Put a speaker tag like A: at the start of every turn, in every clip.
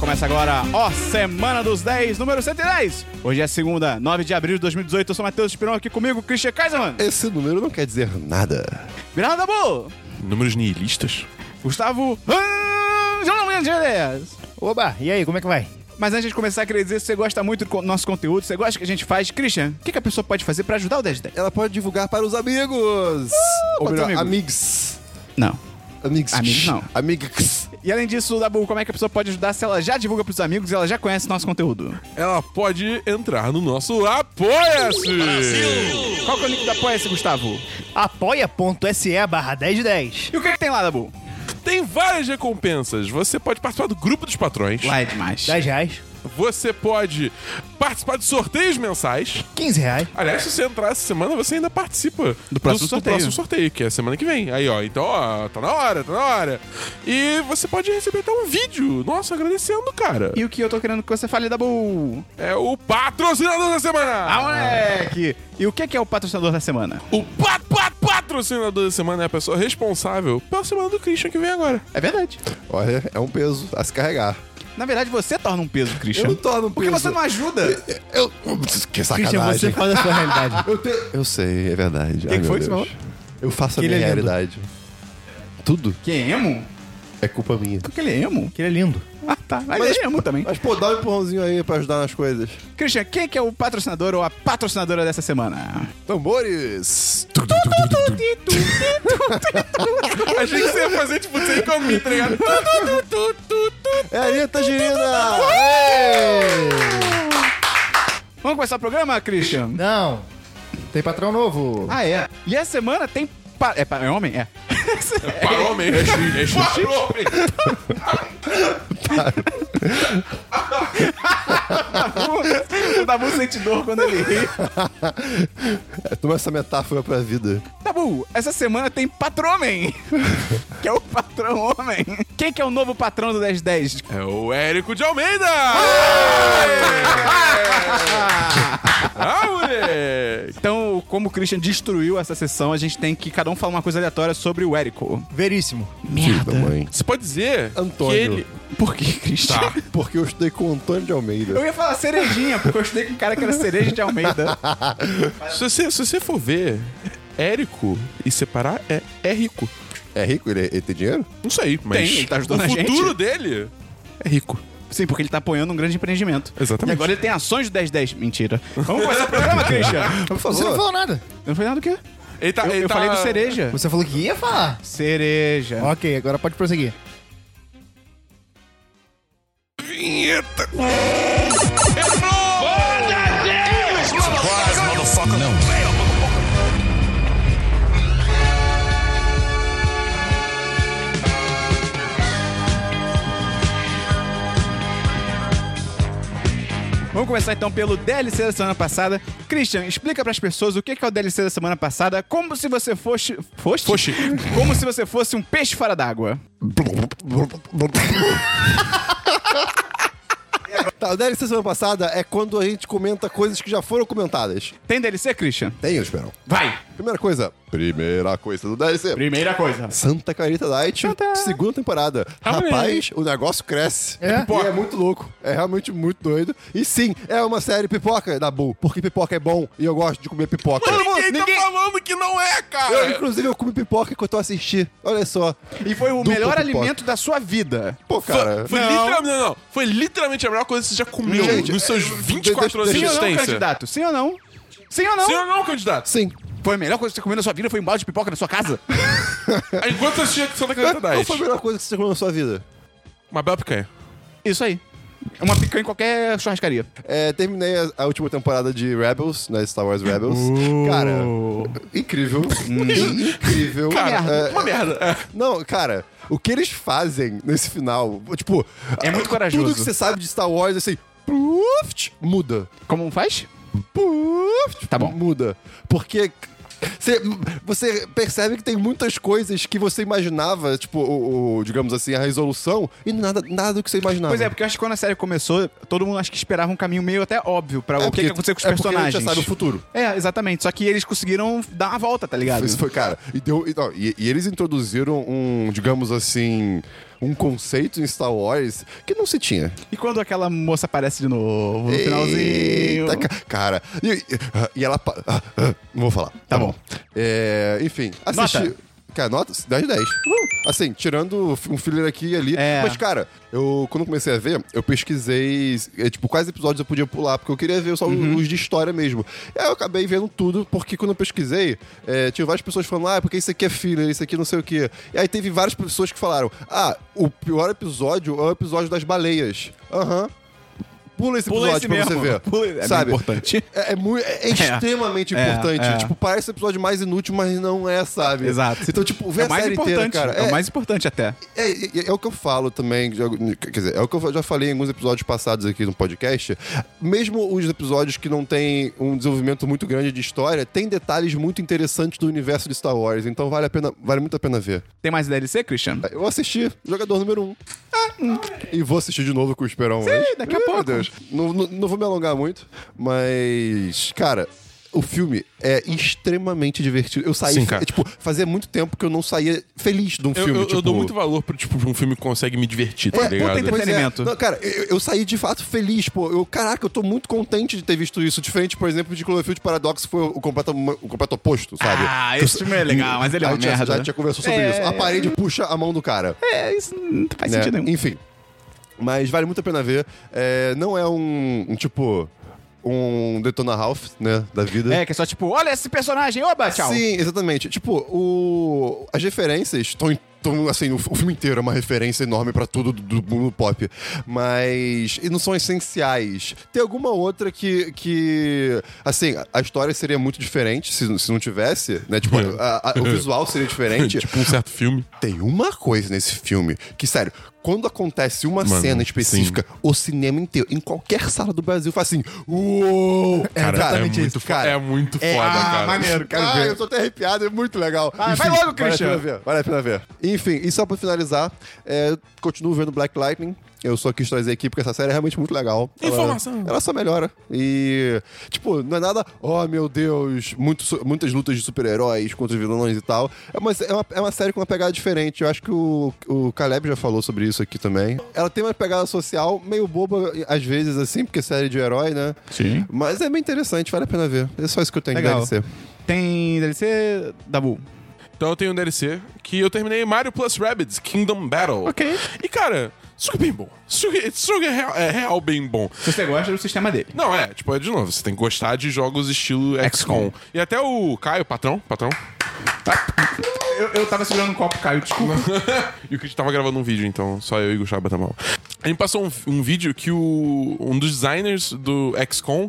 A: Começa agora, ó, Semana dos 10, número 110. Hoje é segunda, 9 de abril de 2018. Eu sou Matheus Espirão aqui comigo, Christian Kaiserman.
B: Esse número não quer dizer nada.
A: Miranda Dabu,
C: Números nihilistas?
A: Gustavo. Angeles.
D: Oba, e aí, como é que vai?
A: Mas antes de começar, queria dizer, se você gosta muito do co- nosso conteúdo, se você gosta do que a gente faz, Christian, o que, que a pessoa pode fazer pra ajudar o 10 10?
B: Ela pode divulgar para os amigos. Ou
A: quantos amigos?
B: melhor, amigos.
A: Não.
B: Amigos.
A: Amigos, não.
B: Amigos.
A: E além disso, Dabu, como é que a pessoa pode ajudar se ela já divulga pros amigos e ela já conhece nosso conteúdo?
C: Ela pode entrar no nosso
A: Uh,
C: Apoia-se!
A: Qual que é o link da Apoia-se, Gustavo?
D: apoia.se barra 1010.
A: E o que, que tem lá, Dabu?
C: Tem várias recompensas. Você pode participar do grupo dos patrões.
A: Lá é demais.
D: 10 reais,
C: Você pode participar de sorteios mensais.
D: 15 reais.
C: Aliás, se você entrar essa semana, você ainda participa do
A: próximo sorteio.
C: próximo sorteio, que é semana que vem. Aí, ó, então, ó, tá na hora, tá na hora. E você pode receber até um vídeo. Nossa, agradecendo, cara.
A: E o que eu tô querendo que você fale, Dabu?
C: É o patrocinador da semana!
A: Ah, moleque! E o que que é o patrocinador da semana?
C: O pat, pat, patrocinador da semana é a pessoa responsável pela semana do Christian que vem agora.
A: É verdade.
B: Olha, é um peso a se carregar.
A: Na verdade, você torna um peso, Christian.
B: Eu não torno um
A: Porque
B: peso.
A: você não ajuda.
B: Eu. Que
D: Christian, você
B: sacanagem.
D: faz a sua realidade.
B: Eu, te... eu sei, é verdade. O
A: que foi que você
B: Eu faço a
D: Que ele
B: minha
D: é lindo.
B: realidade. Tudo
A: Que é emo?
B: é culpa minha.
A: Porque ele é emo?
D: Que ele é lindo.
A: Ah, tá. Mas,
B: Mas-
A: ele é emo também.
B: Mas, pô, dá um empurrãozinho aí pra ajudar nas coisas.
A: Christian, quem que é o patrocinador ou a patrocinadora dessa semana?
B: Tambores!
C: Achei que você ia fazer tipo sem caminho, tá ligado?
B: É a Arinha Tangerina! Ei!
A: Vamos começar o programa, Christian?
D: Não, tem patrão novo.
A: Ah, é. E essa semana tem... pa- É, pa- é homem? É.
C: Parou, man. É xixi, é xixi. Parou, man.
A: o Dabu sente dor quando ele ri.
B: Toma essa metáfora pra vida.
A: Dabu, essa semana tem patrômen. que é o patrão homem. Quem que é o novo patrão do 1010?
C: É o Érico de Almeida! Ah, moleque!
A: Então, como o Christian destruiu essa sessão, a gente tem que cada um falar uma coisa aleatória sobre o Érico.
D: Veríssimo.
B: Merda. mãe.
C: Você pode dizer
B: Antônio.
C: que ele...
A: Por que, Christian?
C: Tá.
B: Porque eu estudei com o Antônio de Almeida.
A: Eu ia falar cerejinha, porque eu estudei com um cara que era cereja de Almeida.
C: Se você, se você for ver, Érico e separar é, é rico.
B: É rico? Ele, ele tem dinheiro?
C: Não sei, mas
A: Tem, ele tá ajudando
C: o
A: a gente.
C: futuro dele é rico.
A: Sim, porque ele tá apoiando um grande empreendimento.
C: Exatamente.
A: E agora ele tem ações do 1010. Mentira. Vamos começar o programa, Christian?
B: Por
D: Você não
B: favor.
D: falou nada.
A: Eu não falei nada do quê?
C: Ele tá,
A: Eu,
C: ele
A: eu
C: tá-
A: falei do cereja.
D: Você falou que ia falar.
E: É.
A: Cereja.
D: Ok, agora pode prosseguir.
C: Vinheta!
A: Vamos começar então pelo DLC da semana passada. Christian, explica pras pessoas o que que é o DLC da semana passada, como se você fosse. Foste?
C: Foste.
A: Como se você fosse um peixe fora d'água.
B: Tá, o DLC semana passada é quando a gente comenta coisas que já foram comentadas.
A: Tem DLC, Christian?
B: Tem, eu espero.
A: Vai!
B: Primeira coisa. Primeira coisa do DLC.
A: Primeira coisa.
B: Santa Clarita Light,
A: Santa.
B: segunda temporada. Rapaz, o negócio cresce.
D: É?
B: E é muito louco. É realmente muito doido. E sim, é uma série pipoca da Bull. Porque pipoca é bom e eu gosto de comer pipoca.
C: Todo mundo
A: Ninguém-
C: tá falando que não é, cara!
B: Eu, inclusive, eu comi pipoca enquanto eu assisti. Olha só.
A: E foi o
B: Dupla
A: melhor
B: pipoca.
A: alimento da sua vida.
B: Pô, cara.
C: Foi
A: Não.
C: literalmente, não, não. Foi literalmente a melhor coisa que você já comeu
B: Gente,
C: nos seus
B: é,
C: 24 anos de
A: Sim ou não,
C: existência.
A: candidato? Sim ou não? Sim ou não?
C: Sim ou não, candidato?
B: Sim.
A: Foi a melhor coisa que você comeu na sua vida? Foi um balde de pipoca na sua casa?
C: Enquanto você assistia Santa Clarita
B: Qual
C: Diet.
B: foi a melhor coisa que você comeu na sua vida?
C: Uma bela picanha.
A: Isso aí. Uma picanha em qualquer churrascaria.
B: É, terminei a, a última temporada de Rebels, né? Star Wars Rebels.
A: Uh.
B: Cara, incrível.
A: Hum.
B: incrível.
C: Cara,
B: É,
C: uma merda. É.
B: Não, cara, o que eles fazem nesse final, tipo...
A: É muito corajoso.
B: Tudo que você sabe de Star Wars, assim, pluft, muda.
A: Como faz?
B: Pluft,
A: Tá bom.
B: Muda. Porque... Você, você percebe que tem muitas coisas que você imaginava, tipo, o, o- digamos assim, a resolução, e nada, nada do que você imaginava.
A: Pois é, porque eu acho que quando a série começou, todo mundo acho que esperava um caminho meio até óbvio pra o que,
B: porque-
A: que aconteceu com os
B: é porque
A: personagens.
B: A gente já sabe o futuro.
A: É, exatamente. Só que eles conseguiram dar uma volta, tá ligado?
B: Isso foi, cara. E, deu, e, não, e- e eles introduziram um, digamos assim, um conceito em Star Wars que não se tinha.
A: E quando aquela moça aparece de novo no finalzinho.
B: Eita, ca- cara. E, e- e ela. pa- ah, ah, Não vou falar. Tá,
A: bom.
B: É, enfim, assisti.
A: Nota.
B: Cara, nota 10 de 10. Assim, tirando um filler aqui e ali.
A: É.
B: Mas, cara, eu quando comecei a ver, eu pesquisei, é, tipo, quais episódios eu podia pular, porque eu queria ver só
A: Uhum.
B: os de história mesmo. E aí eu acabei vendo tudo, porque quando eu pesquisei, é, tinha várias pessoas falando, ah, porque isso aqui é filler, isso aqui não sei o quê. E aí teve várias pessoas que falaram, ah, o pior episódio é o episódio das baleias. Aham. Pula esse
A: Pula
B: episódio
A: esse
B: pra
A: mesmo.
B: você ver.
A: Pula- é bem
B: sabe?
A: importante.
B: É, é mui- é extremamente
A: é,
B: importante.
A: é.
B: Tipo, parece o episódio mais inútil, mas não é, sabe?
A: Exato.
B: Então, tipo, vê
A: É
B: a
A: o mais
B: série
A: importante,
B: inteira, cara.
A: É, o mais importante até.
B: É, é- é o que eu falo também, de algum- quer dizer, é o que eu já falei em alguns episódios passados aqui no podcast. Mesmo os episódios que não têm um desenvolvimento muito grande de história, tem detalhes muito interessantes do universo de Star Wars, então vale, a pena, vale muito a pena ver.
A: Tem mais DLC, Christian?
B: Eu assisti, jogador número um. E vou assistir de novo com o Esperão Sim,
A: daqui a pouco.
B: Não, não- não vou me alongar muito, mas, cara, o filme é extremamente divertido. Eu saí,
C: Sim, cara.
B: é, tipo, fazia muito tempo que eu não saía feliz de um
C: Eu,
B: filme.
C: eu- eu
B: tipo-
C: dou muito valor pro tipo, um filme que consegue me divertir, tá
B: É,
C: ligado?
A: puta entre-
B: Pois é.
A: entretenimento.
B: Não, cara, eu, eu saí de fato feliz, pô. Eu, caraca, eu tô muito contente de ter visto isso. Diferente, por exemplo, de Cloverfield Paradox, que foi o completo, o completo oposto, sabe?
A: Ah, esse filme é legal, mas ele é
B: A
A: uma
B: gente já-
A: merda.
B: Já tinha conversado sobre
A: É,
B: isso. A parede puxa a mão do cara.
A: É, isso não faz
B: né?
A: sentido nenhum.
B: Enfim. Mas vale muito a pena ver. É, não é um, um tipo. Um Detona Ralph, né? Da vida.
A: É, que é só tipo, olha esse personagem, oba, tchau.
B: Sim, exatamente. Tipo, o... as referências estão. assim, o f- o filme inteiro é uma referência enorme pra tudo do, do mundo pop. Mas. E não são essenciais. Tem alguma outra que. que assim, a- a história seria muito diferente se, se não tivesse, né? Tipo, a- a- o visual seria diferente.
C: tipo um certo filme.
B: Tem uma coisa nesse filme que, sério, quando acontece uma
C: Mano,
B: cena específica, o cinema inteiro, em qualquer sala do Brasil, faz assim: Uou!
C: Cara,
B: exatamente
C: é
B: isso,
C: muito, fo- É muito foda, cara.
B: ah, eu tô até arrepiado, é muito legal.
A: Ah, vai logo, Christian.
B: Vale a pena ver, vale a pena ver. Enfim, e só pra finalizar, é, continuo vendo Black Lightning. Eu só quis trazer aqui porque essa série é realmente muito legal. Ela-
C: Informação.
B: Ela, só melhora. E, tipo, não é nada, oh meu Deus, muito su- muitas lutas de super-heróis contra vilões e tal. É uma, é, uma, é uma série com uma pegada diferente. Eu acho que o, o Caleb já falou sobre isso aqui também. Ela tem uma pegada social meio boba, às vezes, assim, porque é série de herói, né?
A: Sim.
B: Mas é bem interessante, vale a pena ver. É só isso que eu tenho
A: Legal.
B: de DLC.
A: Tem DLC, Dabu.
C: Então eu tenho um DLC que eu terminei Mario Plus Rabbids Kingdom Battle.
A: Ok.
C: E cara, esse jogo é bem bom. Esse jogo, esse jogo é, real, é real bem bom.
A: Se você gosta do sistema dele.
C: Não, é, tipo, é de novo, você tem que gostar de jogos estilo XCOM. E até o Caio, patrão, patrão,
A: Eu, eu tava segurando um copo, Caio, desculpa.
C: e o Chris tava gravando um vídeo, então só eu e o Gustavo tá mal. A gente passou um, um vídeo que o, um dos designers do XCOM,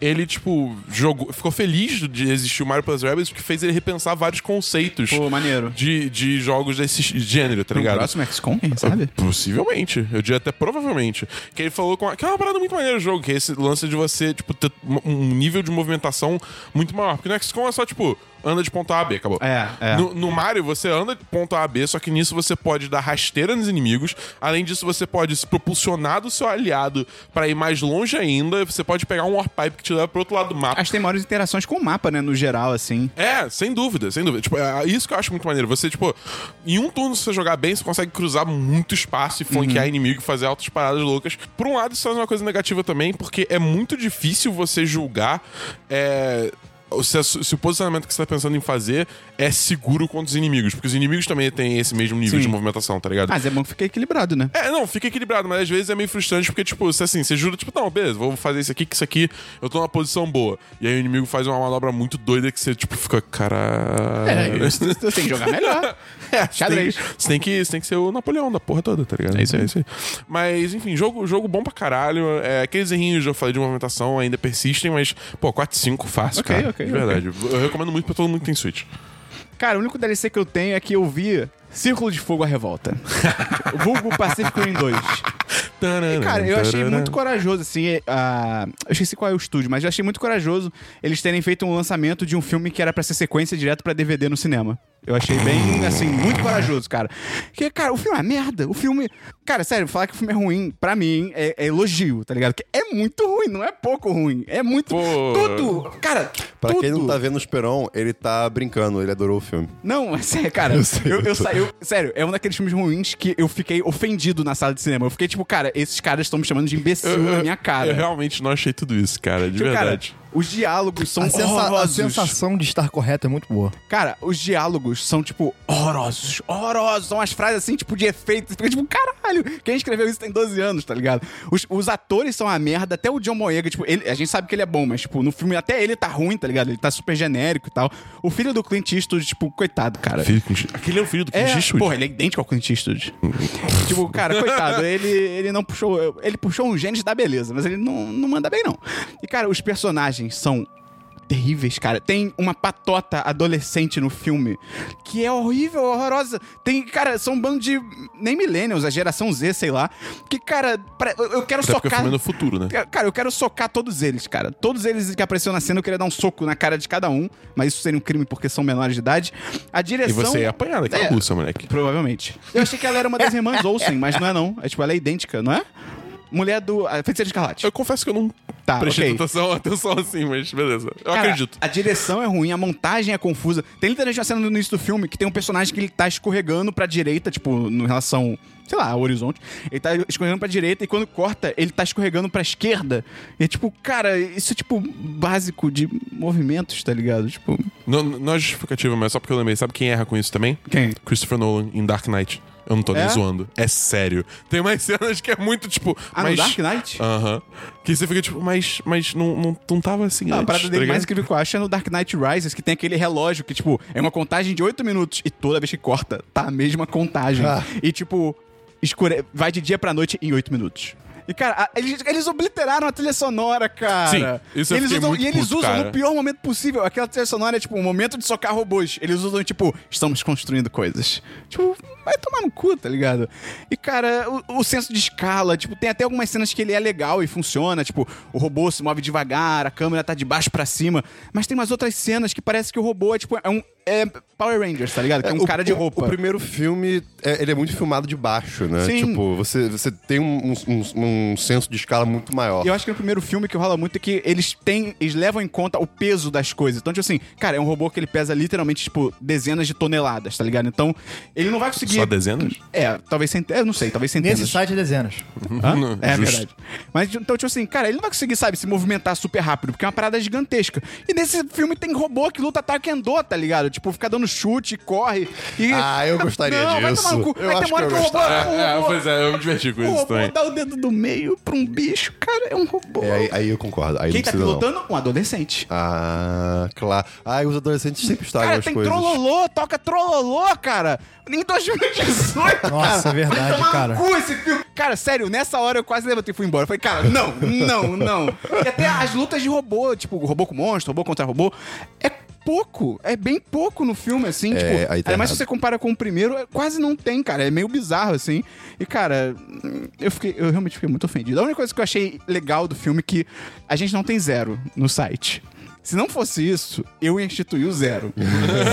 C: ele, tipo, jogou, ficou feliz de existir o Mario Plus Rabbids, porque fez ele repensar vários conceitos
A: Pô, maneiro.
C: de, de jogos desse gênero, tá
A: O
C: ligado?
A: próximo XCOM, quem sabe?
C: Ah, Possivelmente. Eu diria até provavelmente. Que ele falou com a- que é uma parada muito maneira do jogo, que é esse lance de você, tipo, ter um- um nível de movimentação muito maior. Porque no XCOM é só, tipo, anda de ponto A a B, acabou.
A: É, é.
C: No, no Mario, você anda de ponto A a B, só que nisso você pode dar rasteira nos inimigos. Além disso, você pode se propulsionar do seu aliado pra ir mais longe ainda. Você pode pegar um warp pipe que te leva pro outro lado do mapa.
A: Acho que tem maiores interações com o mapa, né, no geral, assim.
C: É, sem dúvida, sem dúvida. Tipo, é isso que eu acho muito maneiro. Você, tipo, em um turno, se você jogar bem, você consegue cruzar muito espaço e flanquear inimigo e fazer altas paradas loucas. Por um lado, isso é uma coisa negativa também, porque é muito difícil você julgar. é, Se, a su- se o posicionamento que você tá pensando em fazer é seguro contra os inimigos, porque os inimigos também têm esse mesmo nível
A: Sim.
C: de movimentação, tá ligado?
A: Mas é bom que fica equilibrado, né?
C: É, não, fica equilibrado, mas às vezes é meio frustrante porque, tipo, você assim, você jura, tipo, não, beleza, vou fazer isso aqui, que isso aqui eu tô numa posição boa. E aí o inimigo faz uma manobra muito doida que você, tipo, fica,
B: É.
A: É,
C: caralho.
A: Você tem que jogar melhor.
C: É, você tem,
A: xadrez.
C: que, você, tem que, você tem que ser o Napoleão da porra toda, tá ligado? É isso aí. Mas, enfim, jogo, jogo bom pra caralho. É, aqueles errinhos, eu falei de movimentação, ainda persistem, mas, pô, 4, 5 fácil,
A: Ok,
C: cara.
A: ok,
C: de verdade. Eu recomendo muito pra todo mundo que tem Switch.
A: Cara, o único DLC que eu tenho é que eu vi Círculo de Fogo à Revolta. Vulgo Pacific Rim 2. Cara, eu achei muito corajoso, assim. é, ah, eu esqueci qual é o estúdio, mas eu achei muito corajoso eles terem feito um lançamento de um filme que era pra ser sequência direto pra DVD no cinema. Eu achei bem, assim, muito corajoso, cara. Porque, cara, o filme é uma merda. O filme. Cara, sério, falar que o filme é ruim, pra mim, é, é elogio, tá ligado? Porque é muito ruim, não é pouco ruim. É muito.
C: Pô.
A: Tudo! Cara,
B: Pra
A: tudo.
B: quem não tá vendo o Esperon, ele tá brincando, ele adorou o filme.
A: Não, é sério, cara, eu, eu, saí. eu- sério, é um daqueles filmes ruins que eu fiquei ofendido na sala de cinema. Eu fiquei tipo, cara, esses caras estão me chamando de imbecil na minha cara.
C: Eu realmente não achei tudo isso, cara, de
A: Tipo, cara,
C: verdade.
A: os diálogos são
D: A, sensa- a
A: horrorosos.
D: sensação de estar correto é muito boa.
A: Cara, os diálogos são, tipo, horrorosos, horrorosos. São as frases, assim, tipo, de efeito. Você fica, tipo, caralho, quem escreveu isso tem 12 anos, tá ligado? Os, os atores são a merda. Até o John Boyega, tipo, ele, a gente sabe que ele é bom, mas, tipo, no filme até ele tá ruim, tá ligado? Ele tá super genérico e tal. O filho do Clint Eastwood, tipo, coitado, cara.
C: Filho do Clint- Aquele é o filho do Clint
A: É,
C: Eastwood?
A: porra, ele é idêntico ao Clint Eastwood. tipo, cara, coitado, ele, ele não puxou. Ele puxou um gênio da beleza, mas ele não, não manda bem, não. E, cara, os personagens são terríveis, cara. Tem uma patota adolescente no filme que é horrível, horrorosa. Tem, cara, são um bando de. Nem millennials, a geração Z, sei lá. Que, cara, pare- eu, eu quero
C: Até porque
A: socar.
C: o filme é no futuro, né?
A: Eu- Cara, eu quero socar todos eles, cara. Todos eles que apareceram na cena, eu queria dar um soco na cara de cada um, mas isso seria um crime porque são menores de idade. A
C: E
A: direção.
C: você é apanhado aqui
A: É.
C: na Rússia, moleque.
A: Provavelmente. Eu achei que ela era uma das irmãs Olsen, mas não é não. É tipo, ela é idêntica, não é? Mulher do... A Feiticeira de Escarlate.
C: Eu confesso que eu não
A: Tá,
C: prestei
A: ok.
C: tanta atenção, atenção assim, mas beleza. Eu
A: Cara,
C: acredito.
A: A direção é ruim, a montagem é confusa. Tem literalmente uma cena no início do filme que tem um personagem que ele tá escorregando pra direita, tipo, em relação, sei lá, ao horizonte. Ele tá escorregando pra direita e quando corta, ele tá escorregando pra esquerda. E é tipo, cara, isso é tipo básico de movimentos, tá ligado? Tipo,
C: Não, não é justificativa, mas só porque eu lembrei. Sabe quem erra com isso também?
A: Quem?
C: Christopher Nolan em Dark Knight. Eu não tô
A: É?
C: nem zoando. É sério. Tem umas cenas que é muito tipo.
A: Ah, no
C: mas...
A: Dark Knight?
C: Aham. Que você fica tipo, mas, mas não, não, não tava assim
A: Não, a
C: antes.
A: parada
C: tá
A: dele
C: ligado?
A: mais incrível que eu acho é no Dark Knight Rises, que tem aquele relógio que, tipo, é uma contagem de 8 minutos e toda vez que corta, tá a mesma contagem.
D: Ah.
A: E, tipo, escure... vai de dia pra noite em 8 minutos. E, cara, a- eles, eles obliteraram a trilha sonora, cara.
C: Sim, isso eu
A: eles
C: fiquei
A: usam,
C: muito
A: E eles
C: puto,
A: usam
C: cara.
A: no pior momento possível. Aquela trilha sonora é, tipo, um momento de socar robôs. Eles usam, tipo, estamos construindo coisas. Tipo, vai tomar no cu, tá ligado? E, cara, o, o senso de escala, tipo, tem até algumas cenas que ele é legal e funciona. Tipo, o robô se move devagar, a câmera tá de baixo pra cima. Mas tem umas outras cenas que parece que o robô é, tipo, é um... É Power Rangers, tá ligado? Que é um
B: o-
A: cara de
B: o-
A: roupa.
B: O, primeiro filme, é, ele é muito filmado de baixo, né?
A: Sim.
B: Tipo, você, você tem um, um- um senso de escala muito maior.
A: E eu acho que no primeiro filme que rola muito é que eles têm. Eles levam em conta o peso das coisas. Então, tipo assim, cara, é um robô que ele pesa literalmente, tipo, dezenas de toneladas, tá ligado? Então, ele não vai conseguir.
C: Só dezenas?
A: É, talvez centenas. Eu não sei, talvez centenas.
D: Nesse
E: é
D: site, dezenas.
A: Hã?
C: Não,
A: é
C: Uhum. justo.
A: verdade. Mas então, tipo assim, cara, ele não vai conseguir, sabe, se movimentar super rápido, porque é uma parada gigantesca. E nesse filme tem robô que luta taekwondo, tá ligado? Tipo, fica dando chute, corre. E...
B: Ah, eu gostaria
A: não, Vai tomar
B: disso.
A: no cu.
B: Eu
A: Aí tem
B: acho
A: uma hora
B: que
A: que
B: eu
A: o robô.
C: É, é,
A: o robô-
C: pois é, eu me diverti com
A: o
C: isso
A: robô
C: também.
A: dá o dedo do meio pra um bicho, cara, é um robô.
B: É, aí, aí eu concordo. Aí
A: Quem
B: não
A: tá
B: precisa, não.
A: pilotando? Um adolescente.
B: Ah, claro. Ah, os adolescentes sempre estragam
A: Cara, tá
B: as
A: tem
B: coisas.
A: trololô, toca trololô, cara. Em 2018,
D: Nossa,
A: cara.
D: é verdade,
A: Vai tomar
D: cara.
A: no cu esse filme. Cara, sério, nessa hora eu quase levantei e fui embora. Eu falei, cara, não, não, não. E até as lutas de robô, tipo, robô com monstro, robô contra robô, é pouco. É bem pouco no filme, assim. tipo,
B: aí tá
A: Mas se
B: errado.
A: você compara com o primeiro, é- quase não tem, cara. É meio bizarro, assim. E, cara, eu, fiquei, eu realmente fiquei muito ofendido. A única coisa que eu achei legal do filme é que a gente não tem zero no site. Se não fosse isso, eu instituí o zero.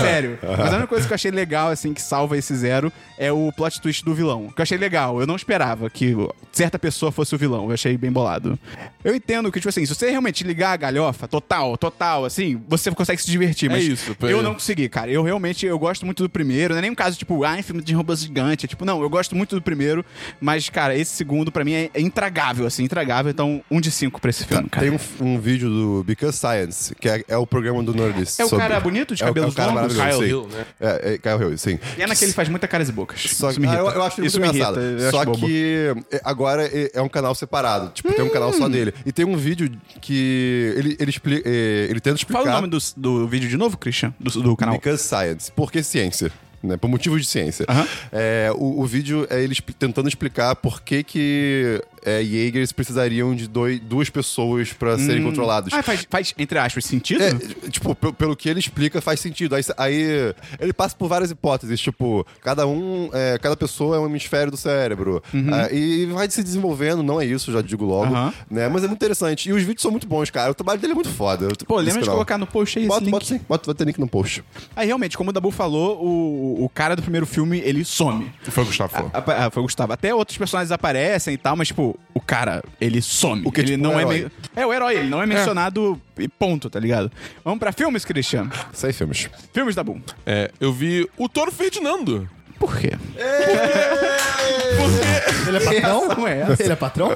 A: Sério. Mas a única coisa que eu achei legal, assim, que salva esse zero é o plot twist do vilão. Que eu achei legal. Eu não esperava que certa pessoa fosse o vilão. Eu achei bem bolado. Eu entendo que, tipo assim, se você realmente ligar a galhofa, total, total, assim, você consegue se divertir. Mas
C: isso,
A: eu
C: é.
A: não consegui, cara. Eu realmente eu gosto muito do primeiro. Não é nem um caso, tipo, ah, filme de robôs gigante. É, tipo, não, eu gosto muito do primeiro. Mas, cara, esse segundo, pra mim, é é intragável, assim, intragável. Então, um de cinco pra esse filme, cara.
B: Tem um, um vídeo do Because Science, que é, é o programa do Nerdist.
A: É o
B: sobre-
A: cara bonito, de
B: É o- é o
A: cabelos
B: cara
A: longos?
B: maravilhoso,
C: Kyle
B: sim.
C: Hill, né?
B: É, é, Kyle Hill, sim.
A: E é naquele que faz muita caras e bocas.
B: Só
A: isso me
B: ah,
A: irrita.
B: eu, eu acho
A: isso
B: muito
A: me
B: engraçado.
A: irrita. eu
B: Só
A: acho bobo.
B: que é, agora é, é um canal separado. Tipo, tem um canal
A: Hum.
B: só dele. E tem um vídeo que ele, ele, expli- é, ele tenta explicar.
A: Fala o nome do, do vídeo de novo, Christian? Do, do canal.
B: Because Science. Por que ciência? Né, por motivos de ciência.
A: Aham.
B: É, o, o vídeo é ele expli- tentando explicar por que que é, Jaegers precisariam de dois, duas pessoas pra serem controlados.
A: Ah, faz, faz, entre aspas, sentido?
B: É, tipo, pe- pelo que ele explica, faz sentido. Aí, aí ele passa por várias hipóteses, tipo, cada um, é, cada pessoa é um hemisfério do cérebro. Ah, e vai se desenvolvendo, não é isso, já digo logo.
A: Uhum. Aham.
B: Né? Mas é muito interessante. E os vídeos são muito bons, cara. O trabalho dele é muito foda. Eu-
A: Pô,
B: esse
A: lembra de
B: canal.
A: colocar no post aí esse
B: Bota,
A: link?
B: bota, sim. bota, bota link no post.
A: Aí, realmente, como o Dabu falou, o, o cara do primeiro filme, ele some.
C: Foi o Gustavo. falou.
A: Apa- Ah, foi o Gustavo. Até outros personagens aparecem e tal, mas, tipo, o cara, ele some.
B: que é,
A: ele
B: tipo,
A: não
B: um
A: é.
B: herói.
A: men- É o herói, ele não é mencionado e ponto, tá ligado? Vamos pra filmes, Cristiano?
B: Sem filmes.
A: Filmes da Boom.
C: É, eu vi o Toro Ferdinando.
A: Por quê?
E: Ele é patrão?
A: Não é essa.
E: Ele é patrão?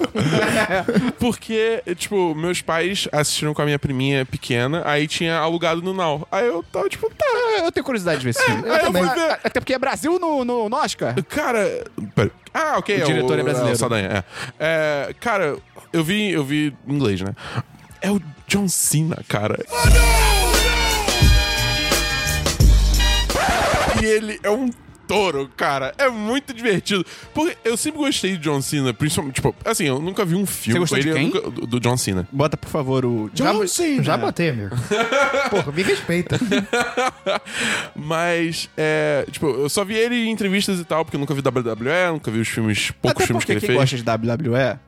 C: Porque, tipo, meus pais assistiram com a minha priminha pequena, aí tinha alugado no Now. Aí eu tava tipo, tá.
A: Ah, Eu tenho curiosidade de ver esse filme.
C: aí eu
E: também.
C: fui ver.
A: Até porque é Brasil no, no, no Oscar.
C: Cara. pera- Ah, ok.
A: O diretor é brasileiro.
C: o Saldanha, é. É, Cara, eu vi, eu vi em inglês, né? É o John Cena, cara. E ele é um touro, cara. É muito divertido. Porque eu sempre gostei de John Cena, principalmente. Tipo, assim, eu nunca vi um filme
A: gostou
C: com
A: de
C: ele. eu
A: quem?
C: nunca- do, do John Cena.
A: Bota, por favor, o.
E: Já bo-
A: Cena.
E: Já botei, amigo. Porra, me respeita.
C: Mas, é. Tipo, eu só vi ele em entrevistas e tal, porque eu nunca vi WWE, nunca vi os filmes, poucos
A: Até
C: filmes
A: porque
C: que ele
A: quem
C: fez.
A: gosta de WWE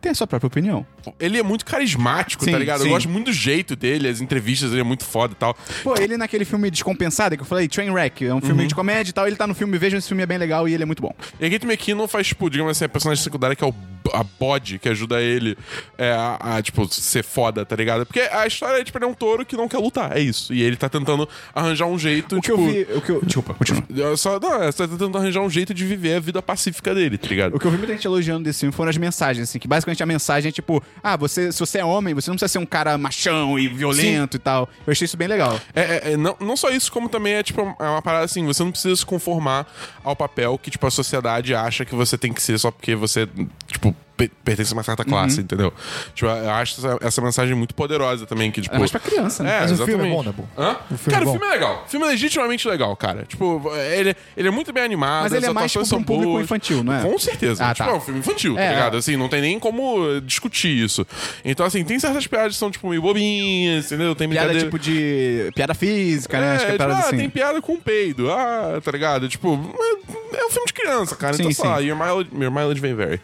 A: tem a sua própria opinião.
C: Ele é muito carismático,
A: Sim,
C: tá ligado?
A: sim.
C: Eu gosto muito do jeito dele, as entrevistas ele é muito foda e tal.
A: Pô, ele naquele filme Descompensado, que eu falei, Trainwreck, é um
C: Uhum.
A: filme de comédia e tal, ele tá no filme, vejam, esse filme é bem legal e ele é muito bom.
C: E a Kate McKinnon faz, tipo, digamos assim, a personagem secundária que é o, a body, que ajuda ele é, a, a, tipo, ser foda, tá ligado? Porque a história é, tipo, ele é um touro que não quer lutar, é isso. E ele tá tentando arranjar um jeito,
A: O que
C: tipo...
A: eu vi... O que eu, desculpa, continua.
C: eu Só, não, é só tentando arranjar um jeito de viver a vida pacífica dele, tá ligado?
A: O que eu vi muita gente elogiando desse filme foram as mensagens, assim, que basicamente a mensagem é tipo, ah, você, se você é homem, você não precisa ser um cara machão e violento e tal. Eu achei isso bem legal.
C: É, é, é, não, não só isso, como também é tipo é uma parada assim, você não precisa se conformar ao papel que tipo a sociedade acha que você tem que ser só porque você tipo pe- pertence a uma certa classe,
A: Uhum.
C: entendeu? Tipo, eu acho essa, essa mensagem muito poderosa também que tipo
A: É mais pra criança, né?
C: É,
E: Mas o filme é
C: exatamente.
E: bom, Dabu?
C: Hã?
E: O filme
C: cara,
E: é
C: o
E: bom?
C: filme é legal. O filme é legitimamente legal, cara. Tipo, ele, ele é muito bem animado.
A: Mas ele
C: as
A: é mais,
C: atuações
A: tipo, pra um
C: são
A: público
C: boas.
A: infantil, não é?
C: Com certeza.
A: Ah,
C: tipo,
A: tá.
C: é um filme infantil,
A: É,
C: tá ligado?
A: é.
C: Assim, não tem nem como eh, discutir isso. Então, assim, tem certas piadas que são, tipo, meio bobinhas, entendeu? Tem
A: Piada
C: brincadeira-
A: tipo de... Piada física, né? Acho que é
C: tipo,
A: piada
C: ah,
A: assim.
C: tem piada com peido. Ah, tá ligado? Tipo, é- é um filme de criança, cara.
A: Sim,
C: então, sei
A: sim.
C: lá, your mileage, your mileage may vary.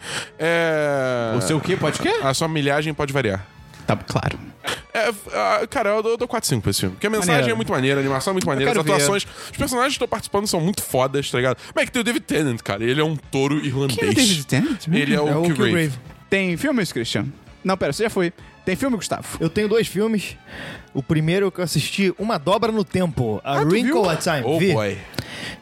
C: É...
A: O seu quê? Pode quê?
C: A sua milhagem pode variar.
A: Tá, claro. é
C: É, ah, cara, eu dou, eu dou 4 5 pra esse filme. Porque a mensagem
A: Maneiro.
C: é muito maneira, a animação é muito maneira, as
A: quero ver.
C: atuações. Os personagens que estão participando são muito fodas, tá ligado? Mas é que tem o David Tennant, cara. Ele é um touro irlandês.
A: Quem é o David Tennant?
C: Ele é o,
E: É o
C: Kilgrave.
E: Kilgrave.
A: Tem filmes, Christian? Não, pera, você já foi. Tem filme, Gustavo?
E: Eu tenho dois filmes. O primeiro que eu assisti, Uma Dobra no Tempo, A
A: Ah, tu viu?
E: Wrinkle at Time.
C: Oh
E: Vi.
C: boy.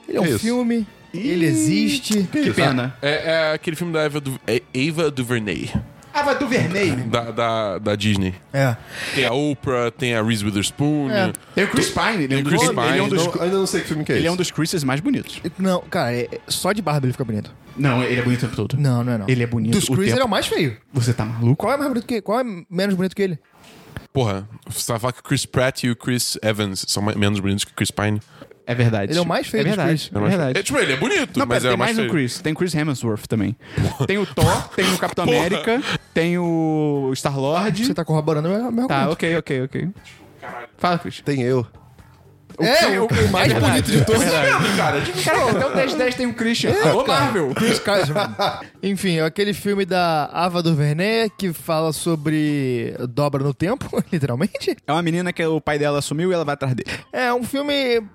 E: Ele é um
B: Que isso?
E: filme, ele existe.
A: Que pena.
C: É, é aquele filme da Eva, du é Ava DuVernay,
A: Ava Duvernay.
C: da, da, da Disney.
E: É.
C: Tem a Oprah, tem a Reese Witherspoon.
E: É.
A: Tem o Chris Pine. Ele é um
C: Tem o
A: dos,
C: Chris
A: ele é um
C: Pine.
A: dos,
B: Não, ainda não sei que filme que é
A: ele é um
B: esse.
A: dos Chris's mais bonitos.
E: Não, cara, é- só de barba ele fica bonito.
A: Não, ele é bonito o tempo todo.
E: Não, não é não.
A: Ele é bonito
E: Dos
A: o
E: Chris,
A: tempo-
E: ele é o mais feio.
A: Você tá maluco?
E: Qual é mais bonito que ele? Qual é menos bonito que ele?
C: Porra, você vai falar que o Chris Pratt e o Chris Evans são mais- menos bonitos que o Chris Pine.
A: É verdade.
E: Ele é o mais feio
A: É
E: dos
A: verdade.
E: Chris.
A: É verdade.
C: É, tipo, ele é bonito,
A: Não,
C: mas
A: pera, tem
C: é o mais,
A: mais um
C: feio.
A: Chris. Tem o Chris Hemsworth também. Tem o Thor, tem o Capitão América, tem o Star-Lord.
E: Você tá corroborando o meu
A: Tá,
E: argumento.
A: ok, ok, ok. Fala, Chris.
B: Tem eu.
E: É, o, o mais bonito de todos.
C: Cara,
A: Cara, até
E: um
A: o 1010 tem o Christian. Alô,
E: É, cara.
A: Marvel.
E: Chris Kaiserman. Enfim, é aquele filme da Ava DuVernay que fala sobre dobra no tempo, literalmente.
A: É uma menina que o pai dela sumiu e ela vai atrás dele.
E: É um filme,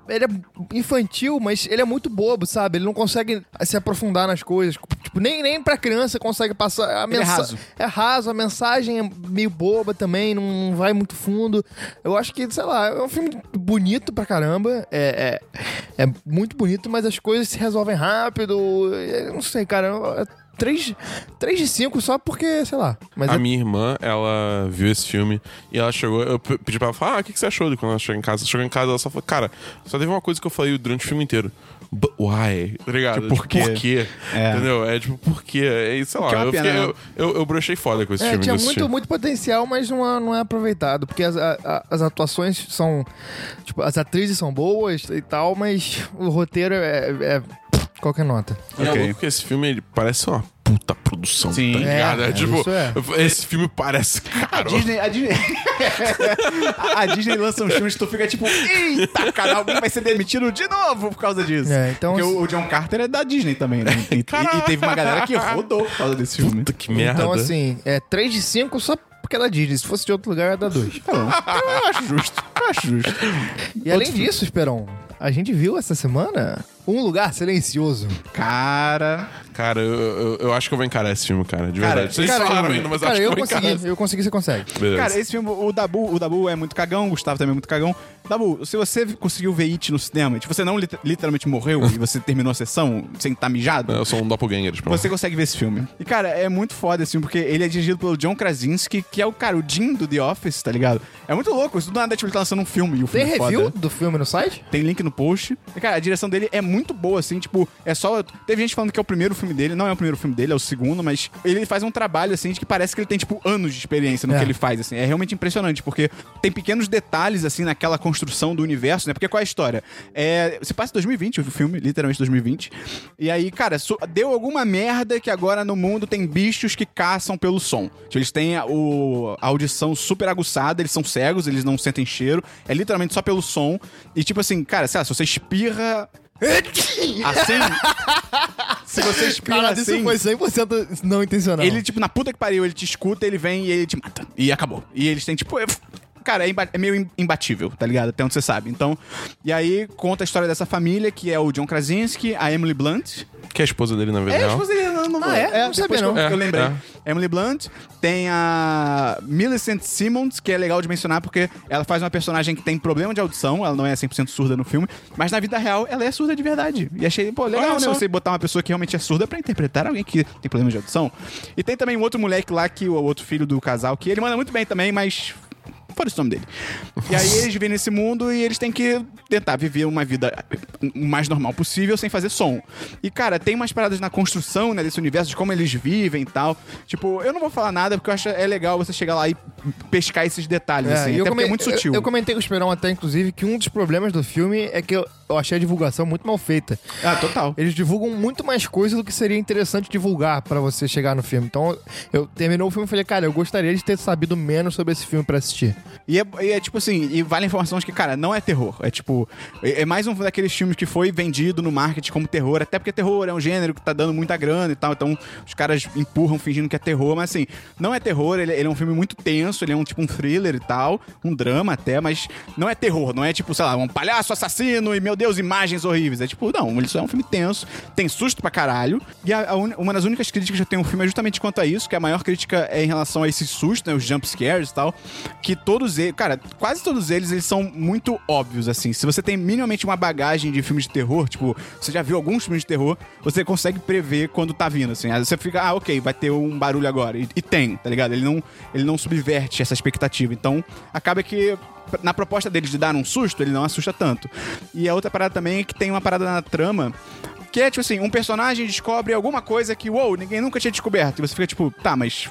E: ele é infantil, mas ele é muito bobo, sabe? Ele não consegue se aprofundar nas coisas. Tipo, nem, nem pra criança consegue passar a
A: é
E: mensagem.
A: raso.
E: É raso, a mensagem é meio boba também, não vai muito fundo. Eu acho que, sei lá, é um filme bonito pra caramba. É, é, é muito bonito, mas as coisas se resolvem rápido. Eu não sei, cara. É 3, de 5 só porque, sei lá. Mas
C: A
E: é,
C: minha irmã, ela viu esse filme e ela chegou. Eu pe- pedi pra ela falar, ah, o que que você achou de quando ela chegou em casa? Chegou em casa, ela só falou, cara, só teve uma coisa que eu falei durante o filme inteiro. But why? Tá ligado?
A: Tipo, por quê?
C: Por quê?
A: É.
C: Entendeu? É tipo, por quê? É, sei lá,
A: Que é uma
C: eu,
A: pena,
C: fiquei,
A: né?
C: eu, eu, eu brochei foda com esse
E: é,
C: filme.
E: tinha
C: desse
E: muito,
C: filme.
E: muito potencial, mas não é, não é aproveitado. Porque as, a- a- as atuações são. Tipo, as atrizes são boas e tal, mas o roteiro é. é- qualquer nota.
C: E é
A: Ok.
C: louco que esse é filme ele parece uma puta produção,
A: Sim.
C: tá ligado?
D: É,
C: É,
D: é,
C: tipo,
D: isso é.
C: esse filme parece
A: A
C: caro.
A: Disney, a Disney. a Disney lança uns filmes que tu fica tipo, eita, cara, alguém vai ser demitido de novo por causa disso.
D: É, então-
A: Porque o, o John Carter é da Disney também, né? E, e- e teve uma galera que rodou por causa desse filme.
C: Puta que merda.
D: Então, assim, é 3 de 5 só porque é da Disney. Se fosse de outro lugar, ia dar 2.
A: Tá bom. Eu acho justo, eu acho justo.
D: E além disso, Esperon, a gente viu essa semana Um Lugar Silencioso.
A: Cara.
C: Cara, eu, eu, eu acho que eu vou encarar esse filme, cara, de
A: Cara,
C: verdade. Vocês
A: cara,
C: falaram
A: eu-
C: ainda, mas
D: Cara,
C: acho que eu
D: eu
C: vou encarar.
D: consegui, eu consegui, você consegue.
C: Beleza.
A: Cara, esse filme, o Dabu, o Dabu é muito cagão, o Gustavo também é muito cagão. Dabu, se você conseguiu ver It no cinema, e você não lit- literalmente morreu e você terminou a sessão sem estar mijado,
C: Eu sou um doppelganger, tipo.
A: você consegue ver esse filme. E, cara, é muito foda esse filme, porque ele é dirigido pelo John Krasinski, que é o cara, o Jim do The Office, tá ligado? É muito louco, isso do nada, tipo, ele tá lançando um filme e o
D: Tem
A: filme é
D: review
A: foda.
D: do filme no site?
A: Tem link no post. E, cara, a direção dele é muito boa, assim, tipo, é só... Teve gente falando que é o primeiro filme dele, não é o primeiro filme dele, é o segundo, mas ele faz um trabalho, assim, de que parece que ele tem, tipo, anos de experiência no
D: É.
A: que ele faz, assim. É realmente impressionante, porque tem pequenos detalhes, assim, naquela construção do universo, né? Porque qual é a história? É, se passa em 2020, o filme, literalmente 2020. E aí, cara, so- deu alguma merda que agora no mundo tem bichos que caçam pelo som. Tipo, eles têm a, o- a audição super aguçada, eles são cegos, eles não sentem cheiro. É literalmente só pelo som. E tipo assim, cara, sei lá, se você espirra assim. se você espirra assim.
D: 100% não intencional.
A: Ele, tipo, na puta que pariu, ele te escuta, ele vem e ele te mata. E acabou. E eles têm, tipo. é- Cara, é, imba- é meio im- imbatível, tá ligado? Até onde você sabe. Então. E aí conta a história dessa família, que é o John Krasinski, a Emily Blunt.
C: Que é a esposa dele, na
A: É,
C: verdade.
A: a esposa dele não, não
D: Ah, é? Não sabia,
A: depois que
D: não.
A: Eu, eu
C: É,
A: lembrei.
C: é.
A: Emily Blunt. Tem a Millicent Simmons, que é legal de mencionar porque ela faz uma personagem que tem problema de audição, ela não é 100% surda no filme, mas na vida real ela é surda de verdade. E achei, pô, legal,
C: Olha
A: né?
C: só.
A: Você botar uma pessoa que realmente é surda pra interpretar alguém que tem problema de audição. E tem também um outro moleque lá, que o outro filho do casal, que ele manda muito bem também, mas... Fora o nome dele. E aí eles vivem nesse mundo e eles têm que tentar viver uma vida o mais normal possível sem fazer som. E, cara, tem umas paradas na construção, né, desse universo, de como eles vivem e tal. Tipo, eu não vou falar nada, porque eu acho é legal você chegar lá e pescar esses detalhes,
D: É,
A: assim.
D: e
A: Até
D: eu
A: porque
D: come-
A: é muito
D: eu-
A: sutil.
D: Eu, comentei com o Esperão até, inclusive, que um dos problemas do filme é que eu, eu achei a divulgação muito mal feita.
A: Ah, total.
D: Eles divulgam muito mais coisa do que seria interessante divulgar pra você chegar no filme. Então, eu terminou o filme e falei, cara, eu gostaria de ter sabido menos sobre esse filme pra assistir.
A: E é, e é, tipo assim, e vale a informação de que, cara, não é terror. É tipo, é é mais um daqueles filmes que foi vendido no marketing como terror, até porque terror é um gênero que tá dando muita grana e tal, então os caras empurram fingindo que é terror, mas assim, não é terror, ele, ele é um filme muito tenso, ele é um tipo um thriller e tal, um drama até, mas não é terror, não é tipo, sei lá, um palhaço assassino e meu Deus, imagens horríveis. É tipo, não, ele só é um filme tenso, tem susto pra caralho, e a- a uni- uma das únicas críticas que eu tenho ao filme é justamente quanto a isso, que a maior crítica é em relação a esse susto, né, os jump scares e tal, que todos eles, cara, quase todos eles, eles são muito óbvios, assim. Se você tem minimamente uma bagagem de filmes de terror, tipo, você já viu alguns filmes de terror, você consegue prever quando tá vindo, assim. Aí você fica, ah, ok, vai ter um barulho agora. E, e tem, tá ligado? Ele não, ele não subverte essa expectativa. Então, acaba que na proposta dele de dar um susto, ele não assusta tanto. E a outra parada também é que tem uma parada na trama que é, tipo assim, um personagem descobre alguma coisa que, uou, ninguém nunca tinha descoberto. E você fica, tipo, tá, mas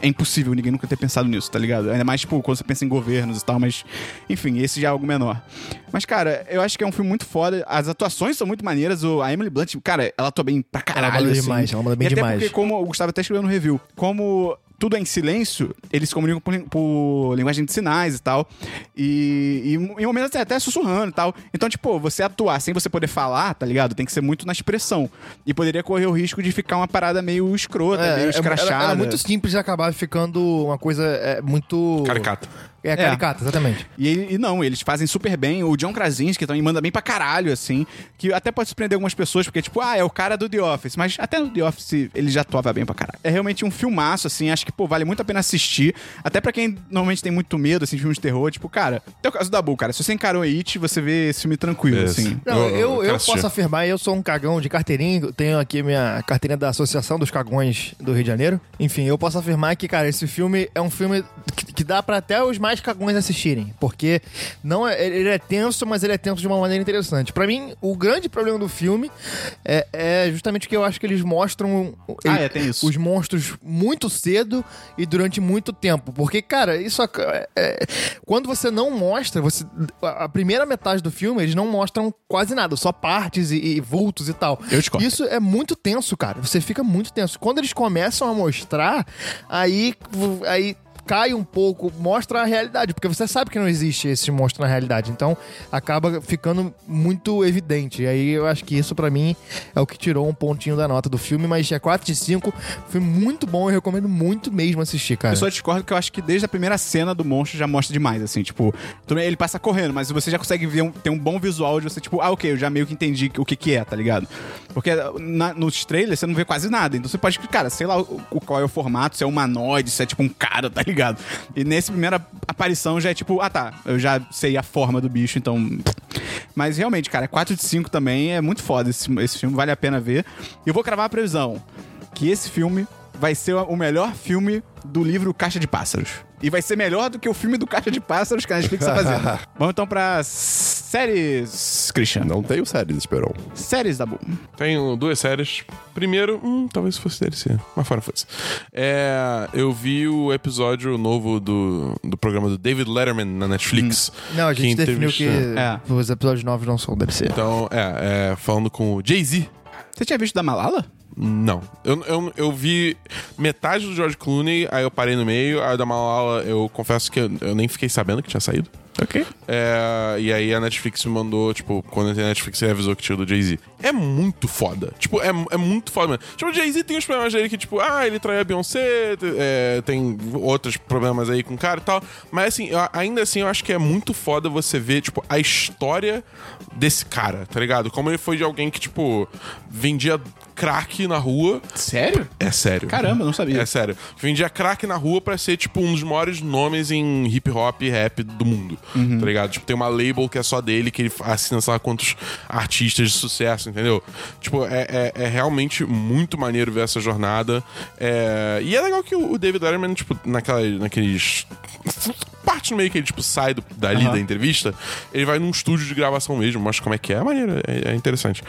A: é impossível ninguém nunca ter pensado nisso, tá ligado? Ainda mais, tipo, quando você pensa em governos e tal, mas. Enfim, esse já é algo menor. Mas, cara, eu acho que é um filme muito foda. As atuações são muito maneiras. O, a Emily Blunt, cara, ela atua bem pra caralho.
D: manda
A: assim.
D: demais, ela manda bem
A: e até
D: demais.
A: Porque, como o Gustavo até escreveu no review, como. Tudo é em silêncio, eles se comunicam por, lin- por linguagem de sinais e tal. E, e em momentos até, até sussurrando e tal. Então, tipo, você atuar sem você poder falar, tá ligado? Tem que ser muito na expressão. E poderia correr o risco de ficar uma parada meio escrota, meio escrachada.
D: É, era, era muito simples e acabava ficando uma coisa é, muito...
C: Caricata.
D: É, caricata, exatamente.
A: E, ele- e não, eles fazem super bem. O John Krasinski também manda bem pra caralho, assim. Que até pode surpreender algumas pessoas, porque, tipo, ah, é o cara do The Office. Mas até no The Office ele já atuava bem pra caralho. É realmente um filmaço, assim. Acho que, pô, vale muito a pena assistir. Até pra quem normalmente tem muito medo, assim, de filmes de terror. Tipo, cara, até o caso da Bull, cara. Se você encarou It, você vê esse filme tranquilo,
C: Isso.
A: assim.
D: Não, eu,
C: Eu- eu
D: eu,
C: quero
D: posso
C: assistir.
D: afirmar, eu sou um cagão de carteirinha, eu tenho aqui minha carteirinha da Associação dos Cagões do Rio de Janeiro. Enfim, eu posso afirmar que, cara, esse filme é um filme que, que dá pra até os mais cagões assistirem. Porque não é, ele é tenso, mas ele é tenso de uma maneira interessante. Pra mim, o grande problema do filme é, é justamente que eu acho que eles mostram
A: Ah, é, tem isso.
D: os monstros muito cedo e durante muito tempo. Porque, cara, isso. ac- é- é- quando você não mostra, você. A a primeira metade do filme, eles não mostram quase nada, só partes e, e vultos e tal.
A: Eu discordo.
D: Isso é muito tenso, cara. Você fica muito tenso. Quando eles começam a mostrar, aí. v- aí cai um pouco, mostra a realidade, porque você sabe que não existe esse monstro na realidade. Então, acaba ficando muito evidente. E aí eu acho que isso pra mim é o que tirou um pontinho da nota do filme, mas é 4 de 5. Foi muito bom, eu recomendo muito mesmo assistir, cara.
A: Eu só discordo que eu acho que desde a primeira cena do monstro já mostra demais, assim, tipo, tudo bem, ele passa correndo, mas você já consegue ver um, ter um bom visual de você, tipo, ah, ok, eu já meio que entendi o que que é, tá ligado? Porque na- nos trailers você não vê quase nada, então você pode, cara, sei lá o, o- qual é o formato, se é humanoide, se é tipo um cara, tá ligado? E nessa primeira aparição já é tipo, ah tá, eu já sei a forma do bicho, então. Mas realmente, cara, 4 de 5 também é muito foda esse, esse filme, vale a pena ver. E eu vou cravar a previsão que esse filme vai ser o melhor filme do livro Caixa de Pássaros. E vai ser melhor do que o filme do Caixa de Pássaros que a Netflix tá fazendo. Vamos então pra séries, Christian.
B: Não tenho séries, Esperon.
A: Séries, Dabu.
C: Tenho duas séries. Primeiro, hum, talvez fosse DLC, mas fora fosse. É, eu vi o episódio novo do, do programa do David Letterman na Netflix.
E: Hum.
D: Não, a gente
C: que
D: definiu que
C: entrevista-
A: É.
D: os episódios novos não são DLC.
C: Então, é, é, falando com o Jay-Z.
A: Você tinha visto da Malala?
C: Não. Eu, eu, eu vi metade do George Clooney, aí eu parei no meio, aí o da Malala, eu confesso que eu, eu nem fiquei sabendo que tinha saído.
A: Ok.
C: É, e aí a Netflix me mandou, tipo, quando eu entrei na Netflix, ele avisou que tinha o do Jay-Z. É muito foda. Tipo, é, é muito foda mesmo. Tipo, o Jay-Z tem os problemas dele que, tipo, ah, ele traiu a Beyoncé, te- é, tem outros problemas aí com o cara e tal. Mas assim, eu- ainda assim, eu acho que é muito foda você ver, tipo, a história desse cara, tá ligado? Como ele foi de alguém que, tipo, vendia crack na rua.
A: Sério?
C: É sério.
A: Caramba, não sabia.
C: É sério. Vendia crack na rua pra ser, tipo, um dos maiores nomes em hip hop e rap do mundo. Tá ligado? Tipo, tem uma label que é só dele, que ele assina, sei lá, quantos artistas de sucesso, entendeu? Tipo, é, é- é realmente muito maneiro ver essa jornada. É, E é legal que o o David Letterman, tipo, naquela, naqueles. Parte no meio que ele, tipo, sai do- dali
A: Aham.
C: da entrevista, ele vai num estúdio de gravação mesmo, mostra como é que é, é maneiro, é, é interessante.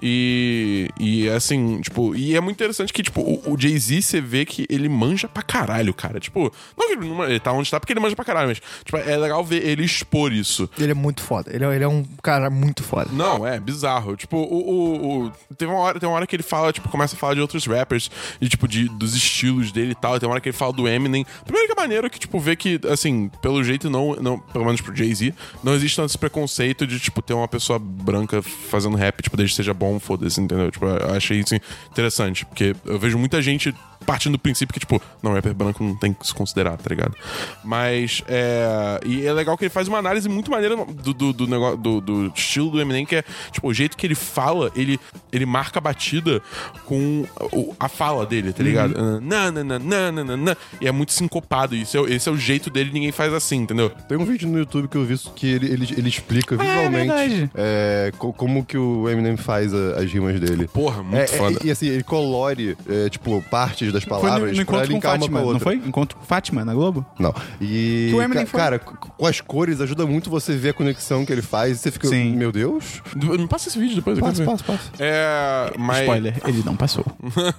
C: E, e assim, tipo, e é muito interessante que, tipo, o, o Jay-Z, você vê que ele manja pra caralho, cara. Tipo, não que ele, não- ele tá onde tá porque ele manja pra caralho, mas, tipo, é legal ver ele expor isso.
D: Ele é muito foda. Ele é, ele é um cara muito foda.
C: Não, é bizarro. Tipo, o, o, o- teve uma hora, tem uma hora que ele fala, tipo, começa a falar de outros rappers e tipo de dos estilos dele e tal. E tem uma hora que ele fala do Eminem. Primeiro que é maneiro que tipo vê que assim, pelo jeito não, não, pelo menos pro Jay-Z, não existe tanto esse preconceito de tipo ter uma pessoa branca fazendo rap, tipo, desde que seja bom, foda-se, entendeu? Tipo, eu achei isso interessante, porque eu vejo muita gente partindo do princípio que, tipo, não, rapper branco não tem que se considerar, tá ligado? Mas é. E é legal que ele faz uma análise muito maneira do, do, do negócio do, do estilo do Eminem, que é, tipo, o jeito que ele fala, ele, ele marca a batida com o- a fala dele, tá ligado?
B: Uhum.
C: Na, na, na, na, na, na, na. E é muito sincopado. Isso é, o- esse é o jeito dele, ninguém faz assim, entendeu?
B: Tem um vídeo no YouTube que eu vi que ele, ele, ele explica
A: Ah, verdade.
B: visualmente é, co- como que o Eminem faz a- as rimas dele.
C: Porra, muito
B: É, é,
C: foda.
B: e, e assim, ele colore, é, tipo, partes das
A: Foi no,
B: palavras
A: no
B: pra
A: encontro com
B: linkar uma com
A: Fátima,
B: a outra.
A: não foi? Encontro com Fátima na Globo?
B: Não. E.
A: Que o Eminem
B: ca-
A: foi-
B: Cara, c- com as cores ajuda muito você ver a conexão que ele faz. E você fica,
A: Sim.
B: meu Deus.
C: Me passa esse vídeo depois, eu quero
B: Passa,
C: ver.
B: passa, passa.
C: É, mas...
A: Spoiler, ele não passou.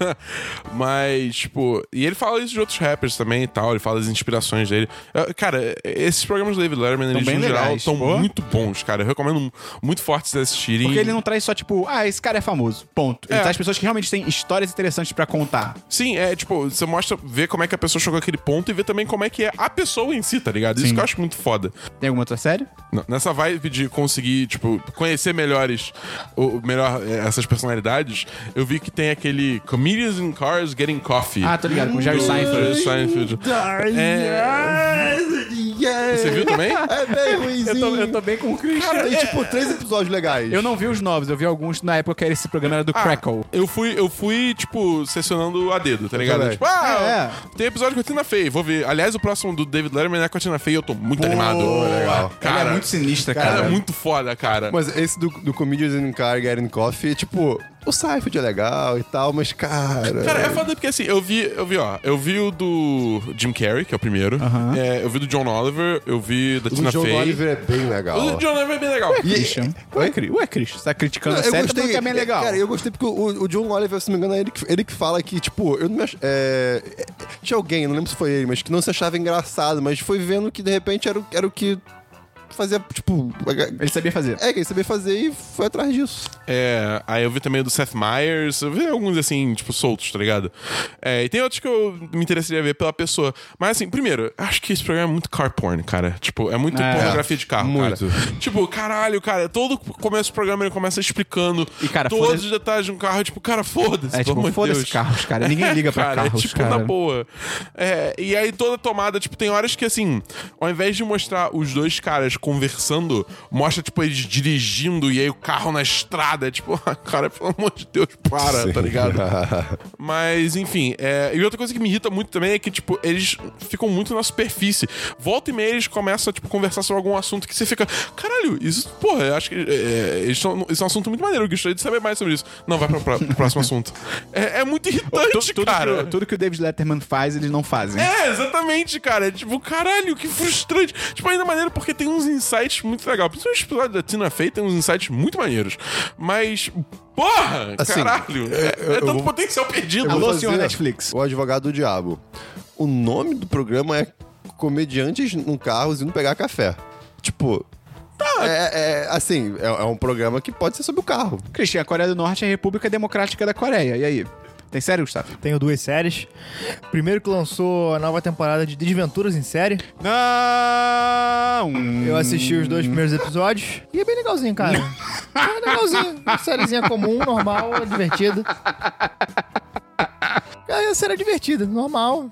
C: Mas, tipo, e ele fala isso de outros rappers também e tal, ele fala das inspirações dele. Eu- Cara, esses programas do David Letterman, eles
A: bem
C: no geral
A: legais,
C: estão
A: pô.
C: muito bons, cara. Eu recomendo muito forte vocês assistirem.
B: Uhum.
A: Porque ele não traz só, tipo, ah, esse cara é famoso. Ponto. Ele
C: É.
A: traz pessoas que realmente têm histórias interessantes pra contar.
C: Sim, é tipo, você mostra, vê como é que a pessoa chegou àquele ponto e vê também como é que é a pessoa em si, tá ligado? Isso
A: Sim.
C: que eu acho muito foda.
A: Tem alguma outra série?
C: N- Nessa vibe de conseguir, tipo, conhecer melhores, o o melhor eh, essas personalidades, eu vi que tem aquele Comedians in Cars Getting Coffee.
A: Ah, tô ligado, com o Jerry
B: Uhum.
C: Do
A: Seinfeld.
C: Jerry Seinfeld. É... Você viu também?
B: É bem ruimzinho.
A: bem com o Christian.
B: Cara, tem tipo três episódios legais.
A: Eu não vi os novos, eu vi alguns na época que era esse programa era do
C: Ah,
A: Crackle.
C: Eu fui, eu fui, tipo, selecionando a dedo, tá ligado?
B: também.
C: Tipo, ah,
A: É,
C: tem episódio com a Tina Fey, vou ver. Aliás, o próximo do David Letterman é com a Tina Fey, eu tô muito animado.
B: legal.
C: Cara,
A: ela é muito sinistra,
C: ela
A: cara.
C: é muito foda, cara.
B: Mas esse do, do Comedians in Car Getting Coffee, tipo, O Seinfeld é legal e tal, mas, cara.
C: Cara, é foda porque assim, eu vi, eu vi, ó, eu vi o do Jim Carrey, que é o primeiro.
A: Aham.
C: É, eu vi do John Oliver, eu vi da
B: O do
C: Tina
B: John
C: Fey.
B: Oliver é bem legal.
C: O do John Oliver é bem legal.
A: Ué, Christian. Ué, Cri- Ué, Christian, você tá criticando a
B: Eu
A: série, tá
B: gostei,
A: falando que é bem legal.
B: Cara, eu gostei porque o, o John Oliver, se não me engano, é ele que, ele que fala que, tipo, eu não me ach... é, é, Tinha alguém, não lembro se foi ele, mas que não se achava engraçado, mas foi vendo que de repente era, o- era o que fazia, tipo.
A: Ele sabia fazer.
B: É, que ele sabia fazer e foi atrás disso.
C: É, aí eu vi também o do Seth Meyers, eu vi alguns assim, tipo, soltos, tá ligado? É, e tem outros que eu me interessaria ver pela pessoa. Mas assim, primeiro, acho que esse programa é muito car porn, cara. Tipo, é muito
A: É.
C: pornografia de carro,
B: Muito.
C: cara. Tipo, caralho, cara, todo começo do programa ele começa explicando
A: E, cara,
C: todos
A: foda-se-
C: os detalhes de um carro, tipo, cara, foda-se,
A: É
C: pelo
A: tipo,
C: amor de
A: foda-se
C: Deus.
A: carros, cara. Ninguém liga pra
C: Cara, é
A: carros,
C: tipo,
A: cara.
C: na boa. É, e aí toda tomada, tipo, tem horas que assim, ao invés de mostrar os dois caras conversando, mostra, tipo, eles dirigindo e aí o carro na estrada. É tipo, ah, cara, pelo amor de Deus, para, tá ligado? Mas, enfim. é, E outra coisa que me irrita muito também é que, tipo, eles ficam muito na superfície. Volta e meia eles começam a, tipo, conversar sobre algum assunto que você fica, caralho, isso, porra, eu acho que é, eles são- isso é um assunto muito maneiro, eu gostaria de saber mais sobre isso. Não, vai pra- pra- pro próximo assunto. É, é muito irritante,
A: Tu- tudo,
C: cara.
A: Que, o- tudo que o David Letterman faz, eles não fazem.
C: É, exatamente, cara. É Tipo, caralho, que frustrante. Tipo, ainda maneiro porque tem uns insights muito legais. Principalmente o episódio da Tina Fey tem uns insights muito maneiros. Mas, porra,
B: Assim,
C: caralho. É,
B: eu-
C: é
B: eu
C: tanto
B: vou-
C: potencial perdido.
A: Alô,
B: Vou
A: senhor
B: fazer um
A: Netflix.
B: O Advogado do Diabo. O nome do programa é Comediantes num Carros Indo Pegar Café. Tipo.
A: Tá.
B: É, é, assim, é, é um programa que pode ser sobre o carro.
A: Christian, a Coreia do Norte é a República Democrática da Coreia. E aí? Tem sério, Gustavo?
E: Tenho duas séries. Primeiro que lançou a nova temporada de Desventuras em Série.
A: Não!
E: Eu assisti os dois primeiros episódios e é bem legalzinho, cara. É legalzinho. Uma sériezinha comum, normal, divertida. É a série é divertida, normal.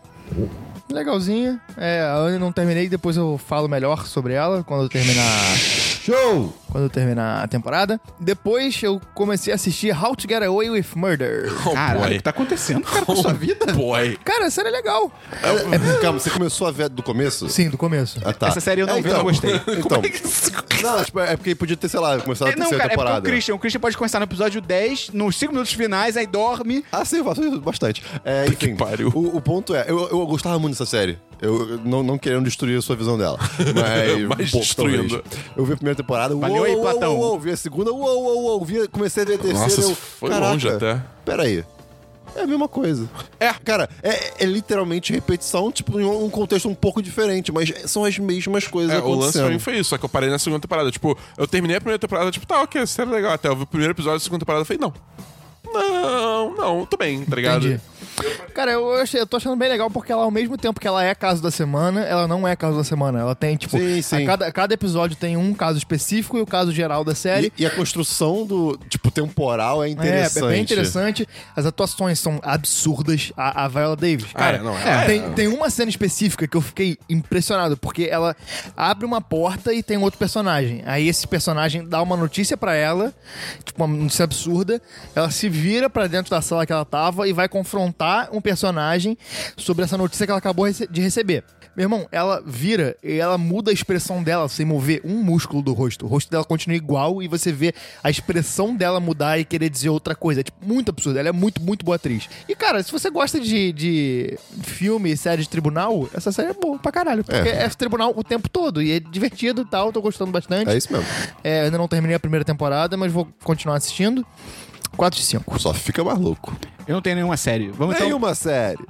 E: Legalzinha. É, eu não terminei, depois eu falo melhor sobre ela quando eu terminar
B: Show!
E: quando eu terminar a temporada. Depois eu comecei a assistir How to Get Away with Murder.
C: Oh,
A: Caralho, o
C: boy.
A: que tá acontecendo, cara, com a sua vida?
C: Um Boy.
E: Cara, a série é legal.
B: é, Calma, você começou a ver do começo?
E: Sim, do começo.
B: Ah, tá.
A: Essa série eu não vi, eu não gostei.
B: Então, não, tipo, é porque podia ter, sei lá, começado a
A: É, não,
B: terceira
A: cara, é porque o
B: temporada.
A: Christian, o Christian pode começar no episódio 10, nos 5 minutos finais, aí dorme.
B: Ah, sim, eu faço isso bastante. É, enfim,
C: pariu.
B: O, o ponto é, eu, eu gostava muito dessa série. Eu eu não, não querendo destruir a sua visão dela. Mas,
C: Mas
B: pô,
C: destruindo.
B: talvez. Eu vi a primeira temporada, uou,
A: Valeu aí,
B: uou,
A: Platão.
B: uou, uou, vi a segunda, uou, uou, uou, vi, a- comecei a ver a terceira.
C: Nossa,
B: eu,
C: foi
B: caraca,
C: longe até.
B: Peraí. É a mesma coisa.
C: É.
B: Cara, é, é literalmente repetição, tipo, em um um contexto um pouco diferente, mas são as mesmas coisas
C: É, o
B: acontecendo.
C: lance pra mim foi isso, só que eu parei na segunda temporada. Tipo, eu terminei a primeira temporada, tipo, tá, ok, sério legal. Até eu vi o primeiro episódio da segunda temporada, eu falei, não. Não, não, tô bem, tá ligado?
E: Entendi. Cara, eu, achei- eu tô achando bem legal porque ela, ao mesmo tempo que ela é caso da semana, ela não é caso da semana. Ela tem, tipo,
B: Sim, sim.
E: A cada, cada episódio tem um caso específico e o caso geral da série.
B: E, e a construção do, tipo, temporal é
E: É,
B: interessante.
E: é bem interessante. As atuações são absurdas. A, a Viola Davis, cara.
C: é, não, é.
E: é, tem, tem uma cena específica que eu fiquei impressionado, porque ela abre uma porta e tem um outro personagem. Aí esse personagem dá uma notícia pra ela, tipo, uma notícia absurda. Ela se vira pra dentro da sala que ela tava e vai confrontar um personagem sobre essa notícia que ela acabou rece- de receber. Meu irmão, ela vira e ela muda a expressão dela sem mover um músculo do rosto. O rosto dela continua igual e você vê a expressão dela mudar e querer dizer outra coisa. É tipo, muito absurdo. Ela é muito, muito boa atriz. E, cara, se você gosta de, de filme, série de tribunal, essa série é boa pra caralho. Porque é, tribunal o tempo todo. E é divertido e tal. Tô gostando bastante.
B: É isso mesmo.
E: É, ainda não terminei a primeira temporada, mas vou continuar assistindo. 4 de 5.
B: Só fica maluco.
A: Eu não tenho nenhuma série. Vamos, então,
B: Nenhuma série.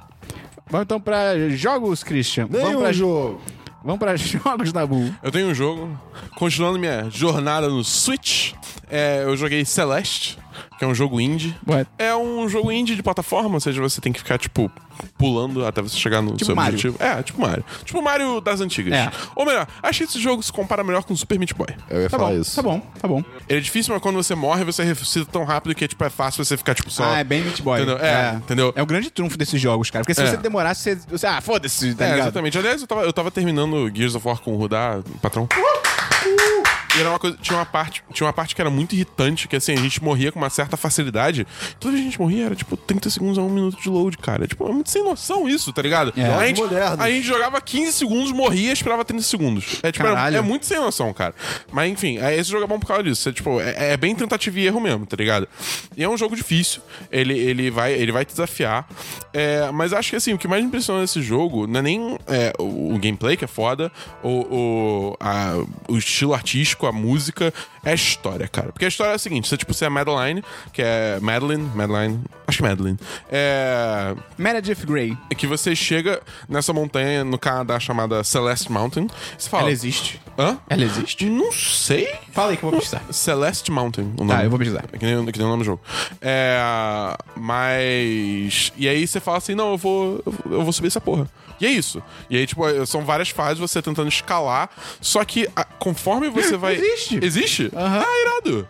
A: vamos então pra jogos, Christian. Vamos pra,
B: Nenhum jogo.
A: vamos pra jogos, Nabu.
C: Eu tenho um jogo, continuando minha jornada no Switch, é, eu joguei Celeste, que é um jogo indie.
A: Ué,
C: É um jogo indie de plataforma, ou seja, você tem que ficar, tipo, pulando até você chegar no
A: Tipo
C: seu
A: Mario.
C: objetivo. É, tipo Mario. Tipo Mario das antigas.
A: É.
C: Ou melhor, acho que esse jogo se compara melhor com Super Meat Boy.
B: Eu ia
A: Tá
B: falar
A: bom,
B: isso.
A: tá bom, tá bom.
C: Ele é difícil, mas quando você morre, você ressuscita tão rápido que tipo, é fácil você ficar, tipo, só.
A: Ah, é bem Meat Boy.
C: Entendeu? É, entendeu?
A: É o grande trunfo desses jogos, cara. Porque se
C: É.
A: você demorasse, você... você- ah, foda-se, tá
C: É,
A: ligado?
C: exatamente. Aliás, eu tava, eu tava terminando Gears of War com o Rudá, patrão. E era uma coisa. Tinha uma parte, tinha uma parte que era muito irritante, que assim, a gente morria com uma certa facilidade. Toda vez que a gente morria era tipo 30 segundos a 1 minuto de load, cara. Tipo, é muito sem noção isso, tá ligado?
A: É.
C: a, gente,
B: Modernos.
C: a gente jogava 15 segundos, morria, esperava 30 segundos. É tipo, era-
A: Caralho.
C: é muito sem noção, cara. Mas enfim, é- esse jogo é bom por causa disso. É, tipo, é, é bem tentativa e erro mesmo, tá ligado? E é um jogo difícil. Ele, ele, vai, ele vai te desafiar. É, mas acho que assim, o que mais me impressiona nesse jogo não é nem é, o, o gameplay, que é foda, o, o, a- o estilo artístico, a música, é a história, cara. Porque a história é a seguinte: você, tipo, você é a Madeline, que é Madeline, Madeline, acho que é Madeline. É.
A: Meredith Grey.
C: É que você chega nessa montanha no Canadá chamada Celeste Mountain. Você fala.
A: Ela existe.
C: Hã?
A: Ela existe.
C: Não sei.
A: Fala aí que eu vou pesquisar.
C: Celeste Mountain, o nome.
A: Tá, eu vou pesquisar.
C: É que nem, que nem o nome do jogo. É. Mas. E aí você fala assim: não, eu vou, eu vou subir essa porra. E é isso. E aí, tipo, são várias fases você tentando escalar. Só que a- conforme você vai.
A: Existe.
C: Existe? Ah, irado.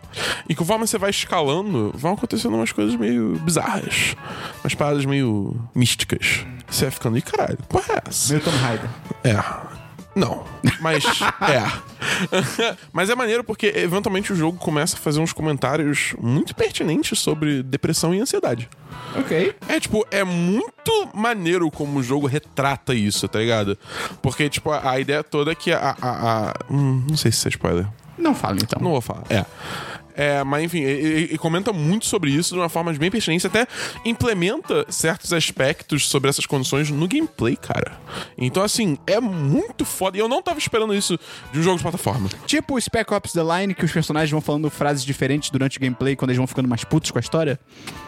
C: E conforme você vai escalando, vão acontecendo umas coisas meio bizarras. Umas paradas meio místicas. Você vai ficando, e caralho, que porra é essa?
A: Meu Tom Hyder.
C: É. Não, mas é. mas é maneiro porque eventualmente o jogo começa a fazer uns comentários muito pertinentes sobre depressão e ansiedade.
A: Ok.
C: É, tipo, é muito maneiro como o jogo retrata isso, tá ligado? Porque, tipo, a, a ideia toda é que a. a- a- hum, não sei se isso é spoiler.
A: Não falo então.
C: Não vou falar. É. É, mas enfim, e, e- e comenta muito sobre isso de uma forma bem pertinente, até implementa certos aspectos sobre essas condições no gameplay, cara. Então, assim, é muito foda. E eu não tava esperando isso de um jogo de plataforma.
A: Tipo o Spec Ops The Line, que os personagens vão falando frases diferentes durante o gameplay quando eles vão ficando mais putos com a história.